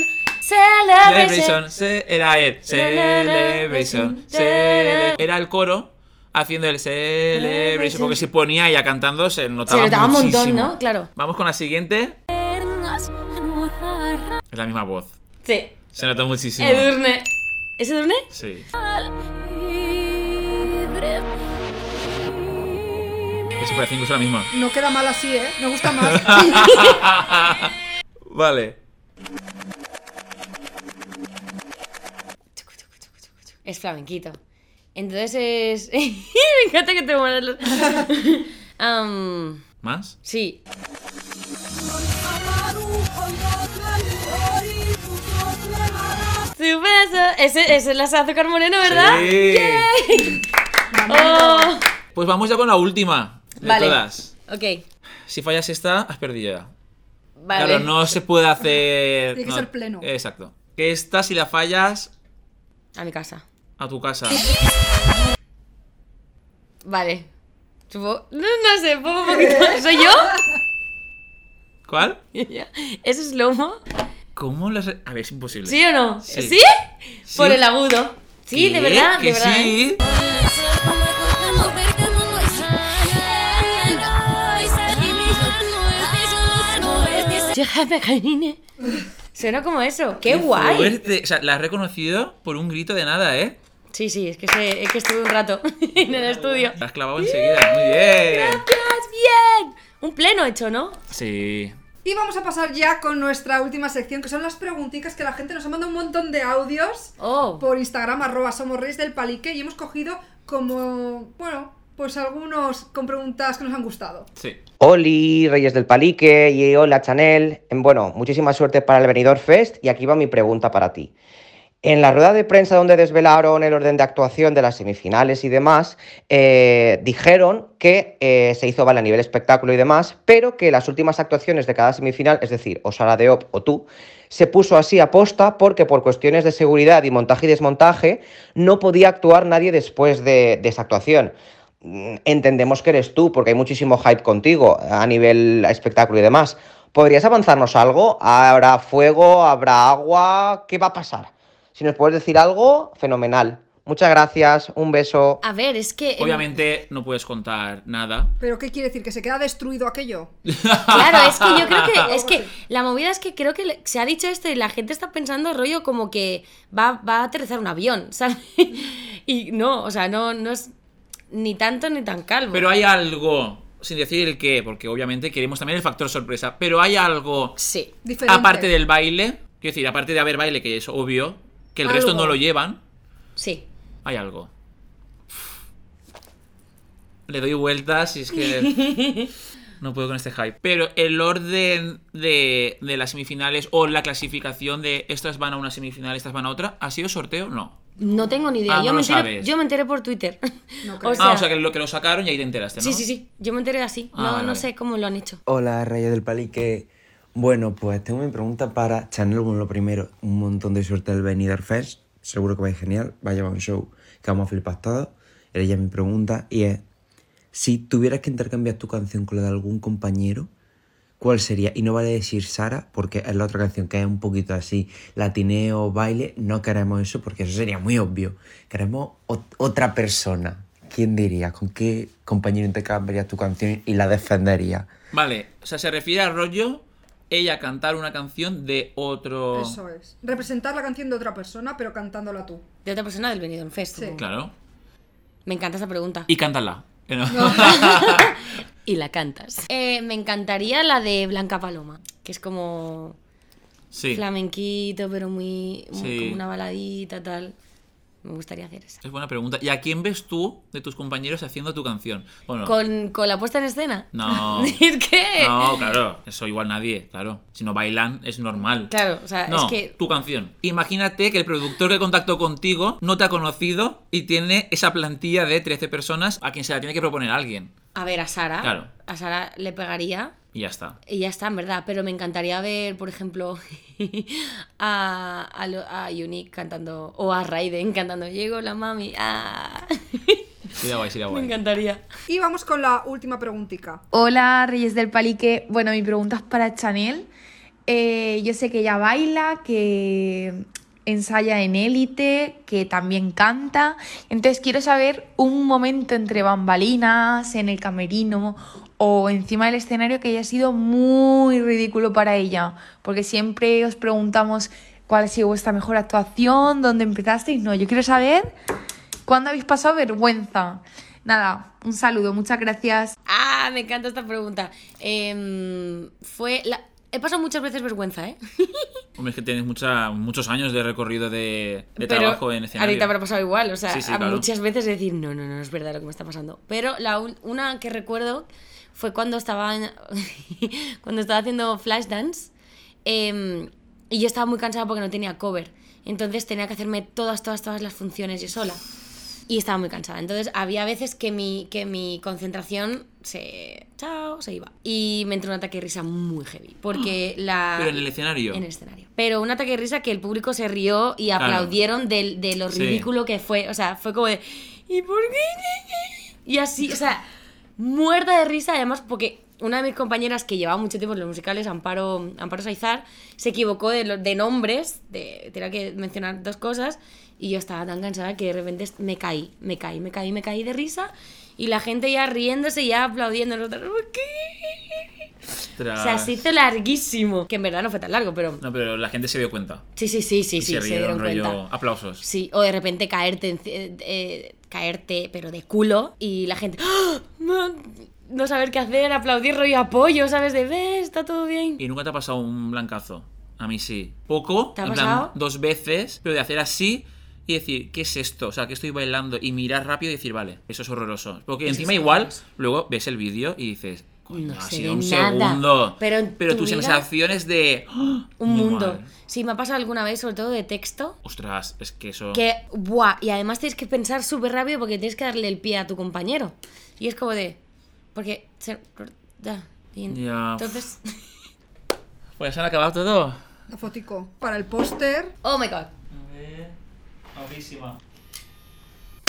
Speaker 2: Celebration,
Speaker 4: Celebration.
Speaker 2: ce- era él. Celebration, cele- Era el coro haciendo el celebration. Porque si ponía ella cantando, se notaba,
Speaker 4: Se notaba un montón,
Speaker 2: muchísimo.
Speaker 4: ¿no? Claro.
Speaker 2: Vamos con la siguiente. Es la misma voz.
Speaker 4: Sí.
Speaker 2: Se nota muchísimo.
Speaker 4: Edurne. ¿Es Edurne?
Speaker 2: Sí. Eso parece incluso la misma.
Speaker 3: No queda mal así, ¿eh? Me gusta más. [laughs]
Speaker 2: Vale.
Speaker 4: Es flamenquito. Entonces es. [laughs] Me encanta que te mueras los. [laughs] Um, Am,
Speaker 2: ¿Más?
Speaker 4: sí. Su beso. Ese, ese es la azúcar moreno, ¿verdad?
Speaker 2: Sí.
Speaker 4: Oh.
Speaker 2: Pues vamos ya con la última de
Speaker 4: Vale.
Speaker 2: todas.
Speaker 4: Ok.
Speaker 2: Si fallas esta, has perdido ya.
Speaker 4: Vale.
Speaker 2: Claro, no se puede hacer.
Speaker 3: Tiene que
Speaker 2: no,
Speaker 3: ser pleno.
Speaker 2: Exacto. Que esta, si la fallas,
Speaker 4: A mi casa.
Speaker 2: a tu casa.
Speaker 4: Vale. Supo- No, no sé, pongo un
Speaker 2: [laughs]
Speaker 4: poquito. ¿Soy yo? [laughs]
Speaker 2: ¿Cuál?
Speaker 4: ¿Eso es lomo?
Speaker 2: ¿Cómo las.? A ver, es imposible.
Speaker 4: ¿Sí o no?
Speaker 2: Sí.
Speaker 4: ¿Sí?
Speaker 2: Sí.
Speaker 4: Por el agudo. Sí, de
Speaker 2: ¿Qué?
Speaker 4: verdad,
Speaker 2: Que
Speaker 4: de verdad.
Speaker 2: sí.
Speaker 4: ¿eh? Déjame, Janine. Suena como eso. ¡Qué, guay!
Speaker 2: fuerte. O sea, la has reconocido por un grito de nada, ¿eh?
Speaker 4: Sí, sí, es que, sé- es que estuve un rato [laughs] en el estudio.
Speaker 2: La has clavado enseguida. Muy bien.
Speaker 4: ¡Gracias! ¡Bien! Un pleno hecho, ¿no?
Speaker 2: Sí.
Speaker 3: Y vamos a pasar ya con nuestra última sección, que son las preguntitas que la gente nos ha mandado un montón de audios
Speaker 4: Oh.
Speaker 3: por Instagram, arroba somos reyes del palique, y hemos cogido como, bueno, pues algunos con preguntas que nos han gustado.
Speaker 2: Sí.
Speaker 4: Em.
Speaker 6: Oli, Reyes del Palique y hola Chanel. Em, Bueno, muchísima suerte para el Benidorm Fest y aquí va mi pregunta para ti. En la rueda de prensa donde desvelaron el orden de actuación de las semifinales y demás, eh, dijeron que eh, se hizo vale a nivel espectáculo y demás, pero que las últimas actuaciones de cada semifinal, es decir, o Sara de Op o tú, se puso así a posta porque por cuestiones de seguridad y montaje y desmontaje no podía actuar nadie después de, de esa actuación. Mm, Entendemos que eres tú porque hay muchísimo hype contigo a nivel espectáculo y demás. ¿Podrías avanzarnos algo? ¿Habrá fuego? ¿Habrá agua? ¿Qué va a pasar? Si nos puedes decir algo, fenomenal. Muchas gracias, un beso.
Speaker 4: A ver, es que. em,
Speaker 2: Obviamente no puedes contar nada.
Speaker 3: ¿Pero qué quiere decir? ¿Que se queda destruido aquello?
Speaker 4: Claro, es que yo creo
Speaker 2: [laughs]
Speaker 4: que.
Speaker 3: pues
Speaker 4: Es que la movida es que creo que le- se ha dicho esto y la gente está pensando rollo como que va, va a aterrizar un avión, [laughs] ¿sabes? Y no, o sea, no, no es ni tanto ni tan calvo.
Speaker 2: Pero hay algo, sin decir el qué, porque obviamente queremos también el factor sorpresa, pero hay algo
Speaker 4: Sí.
Speaker 3: Diferente.
Speaker 2: aparte del baile, quiero decir, aparte de haber baile, que es obvio, que el resto
Speaker 3: Algo.
Speaker 2: no lo llevan,
Speaker 4: Sí.
Speaker 2: hay algo. le doy vueltas y es que no puedo con este hype. Pero el orden de, de las semifinales o la clasificación de estas van a una semifinal, estas van a otra, ¿ha sido sorteo? No.
Speaker 4: No tengo ni idea.
Speaker 2: Ah,
Speaker 4: yo,
Speaker 2: no
Speaker 4: me
Speaker 2: lo
Speaker 4: enteré,
Speaker 2: sabes.
Speaker 4: yo me enteré por Twitter. [laughs]
Speaker 3: No creo.
Speaker 2: ah, o sea, que lo, que lo sacaron y ahí te enteraste, ¿no?
Speaker 4: Sí, sí, sí. Yo me enteré así.
Speaker 2: Ah,
Speaker 4: no,
Speaker 2: vale,
Speaker 4: no
Speaker 2: vale.
Speaker 4: sé cómo lo han hecho.
Speaker 7: Hola, Reyes del Palique. Bueno, pues tengo mi pregunta para Chanel. Bueno, lo primero, un montón de suerte del Benidorm Fest. Seguro que va a ir genial. Va a llevar un show que vamos a flipar todos. Era ya mi pregunta y es, si tuvieras que intercambiar tu canción con la de algún compañero, ¿cuál sería? Y no vale decir Sara, porque es la otra canción que es un poquito así, latineo, baile. No queremos eso porque eso sería muy obvio. Queremos ot- otra persona. ¿Quién diría? ¿Con qué compañero intercambiarías tu canción y la defenderías?
Speaker 2: Vale, o sea, se refiere al rollo ella cantar una canción de otro...
Speaker 3: Eso es. Representar la canción de otra persona, pero cantándola tú.
Speaker 4: De otra persona del Benidorm Fest.
Speaker 3: Sí.
Speaker 4: supongo.
Speaker 2: Claro.
Speaker 4: Me encanta esa pregunta.
Speaker 2: Y cántala. Que no.
Speaker 4: Y la cantas. Eh, me encantaría la de Blanca Paloma, que es como
Speaker 2: [laughs]
Speaker 4: [laughs]
Speaker 2: sí.
Speaker 4: flamenquito, pero muy, muy
Speaker 2: Sí.
Speaker 4: como una baladita, tal. Me gustaría hacer esa.
Speaker 2: Es buena pregunta. ¿Y a quién ves tú de tus compañeros haciendo tu canción? Bueno,
Speaker 4: ¿Con, con la puesta en escena?
Speaker 2: No.
Speaker 4: [laughs] ¿Es que? [laughs]
Speaker 2: no, claro. Eso igual nadie, claro. Si no bailan, es normal.
Speaker 4: Claro, o sea,
Speaker 2: No,
Speaker 4: es que...
Speaker 2: tu canción. Imagínate que el productor que contactó contigo no te ha conocido y tiene esa plantilla de 13 personas a quien se la tiene que proponer alguien.
Speaker 4: A ver, a Sara.
Speaker 2: Claro.
Speaker 4: A Sara le pegaría
Speaker 2: Y ya está.
Speaker 4: y ya está, en verdad. Pero me encantaría ver, por ejemplo, [laughs] a, a, lo- a Unique cantando... O a Raiden cantando Llegó la mami. ah". [laughs]
Speaker 2: Sería guay, sería
Speaker 4: me
Speaker 2: guay.
Speaker 4: encantaría.
Speaker 3: Y vamos con la última preguntica.
Speaker 8: Hola, Reyes del Palique. Bueno, mi pregunta es para Chanel. Eh, yo sé que ella baila, que ensaya en élite, que también canta. Entonces quiero saber un momento entre bambalinas, en el camerino o encima del escenario que haya sido muy ridículo para ella. Porque siempre os preguntamos cuál ha sido vuestra mejor actuación, dónde empezasteis. No, yo quiero saber cuándo habéis pasado vergüenza. Nada, un saludo, muchas gracias.
Speaker 4: Ah, me encanta esta pregunta. Em, fue... la- He pasado muchas veces vergüenza, ¿eh?
Speaker 2: Hombre, es que tienes mucha, muchos años de recorrido de, de
Speaker 4: Pero
Speaker 2: trabajo en escenario.
Speaker 4: Ahorita me ha pasado igual, o sea,
Speaker 2: Sí, sí,
Speaker 4: a
Speaker 2: claro.
Speaker 4: muchas veces decir, no, no, no, no es verdad lo que me está pasando. Pero la un- una que recuerdo fue cuando estaba, en- [laughs] cuando estaba haciendo Flashdance em, y yo estaba muy cansada porque no tenía cover. Entonces tenía que hacerme todas, todas, todas las funciones yo sola. Y estaba muy cansada. Entonces había veces que mi, que mi concentración se... Chao, se iba. Y me entró un ataque de risa muy heavy. Porque la...
Speaker 2: Ah. Pero en el escenario.
Speaker 4: En este. el escenario. Pero un ataque de risa que el público se rió y
Speaker 2: Claro.
Speaker 4: aplaudieron del- de, lo
Speaker 2: Sí.
Speaker 4: ridículo que fue. O sea, fue como de. ¿Y por qué? Y así, o sea, muerta de risa, además, porque una de mis compañeras que llevaba mucho tiempo en los musicales, Amparo, Amparo Saizar, se equivocó de, lo- de nombres, de, tenía que mencionar dos cosas, y yo estaba tan cansada que de repente me caí, me caí, me caí, me caí de risa, y la gente ya riéndose, ya aplaudiendo, nosotros, "¿Por qué?".
Speaker 2: Ostras.
Speaker 4: O sea, se hizo larguísimo, que en verdad no fue tan largo, pero...
Speaker 2: No, pero la gente se dio cuenta.
Speaker 4: Sí, sí, sí, sí,
Speaker 2: Y
Speaker 4: sí,
Speaker 2: se
Speaker 4: se,
Speaker 2: rieron,
Speaker 4: dieron
Speaker 2: rollo.
Speaker 4: cuenta.
Speaker 2: Aplausos.
Speaker 4: Sí, o de repente caerte, en- eh, eh, caerte, pero de culo, y la gente, ¡Ah! no, no saber qué hacer, aplaudir rollo apoyo, ¿sabes? De, ves, está todo bien.
Speaker 2: ¿Y nunca te ha pasado un blancazo? A mí sí. Poco,
Speaker 4: ¿Te ha
Speaker 2: en plan,
Speaker 4: pasado?
Speaker 2: dos veces, pero de hacer así y decir, ¿qué es esto? O sea, que estoy bailando y mirar rápido y decir, vale, eso es horroroso. Porque
Speaker 4: Eso
Speaker 2: encima
Speaker 4: es
Speaker 2: igual,
Speaker 4: horroroso.
Speaker 2: luego ves el vídeo y dices, coño,
Speaker 4: No
Speaker 2: ha
Speaker 4: se
Speaker 2: sido
Speaker 4: ve
Speaker 2: un
Speaker 4: nada.
Speaker 2: segundo.
Speaker 4: Pero en tu
Speaker 2: tus
Speaker 4: vida-
Speaker 2: sensaciones de... ¡Ah!
Speaker 4: Un
Speaker 2: mi
Speaker 4: mundo.
Speaker 2: madre!
Speaker 4: Sí, me ha pasado alguna vez, sobre todo de texto,
Speaker 2: Ostras, es que eso...
Speaker 4: que, ¡buah! Y además tienes que pensar súper rápido porque tienes que darle el pie a tu compañero. Y es como de, porque... se- da, y-
Speaker 2: Ya.
Speaker 4: Entonces...
Speaker 2: Pues han acabado todo.
Speaker 3: La fotico para el póster.
Speaker 4: Oh my god.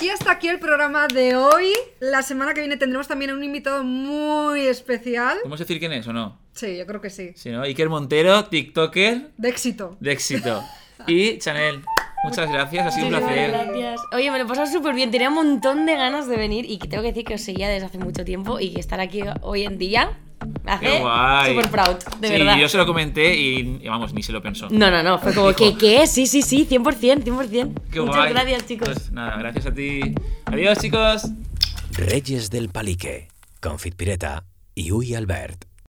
Speaker 3: Y hasta aquí el programa de hoy. La semana que viene tendremos también a un invitado muy especial.
Speaker 2: ¿Podemos decir quién es o no?
Speaker 3: Sí, yo creo que sí.
Speaker 2: Si no, Iker Montero, TikToker
Speaker 3: De éxito.
Speaker 2: de éxito. Y Chanel, muchas gracias, ha sido un
Speaker 4: Muchísimas
Speaker 2: placer.
Speaker 4: gracias. Oye, me lo he pasado súper bien. Tenía un montón de ganas de venir y que tengo que decir que os seguía desde hace mucho tiempo y que estar aquí hoy en día me [laughs] hace
Speaker 2: Qué guay.
Speaker 4: súper proud, de
Speaker 2: sí,
Speaker 4: verdad.
Speaker 2: yo se lo comenté y, y vamos, ni se lo pensó.
Speaker 4: No, no, no. Fue como que, ¿qué? Sí, sí, sí, 100%, 100%.
Speaker 2: Qué
Speaker 4: Muchas
Speaker 2: guay.
Speaker 4: gracias, chicos.
Speaker 2: Pues nada, gracias a ti. Adiós, chicos.
Speaker 5: Reyes del Palique, Confit Pireta y Uy Albert.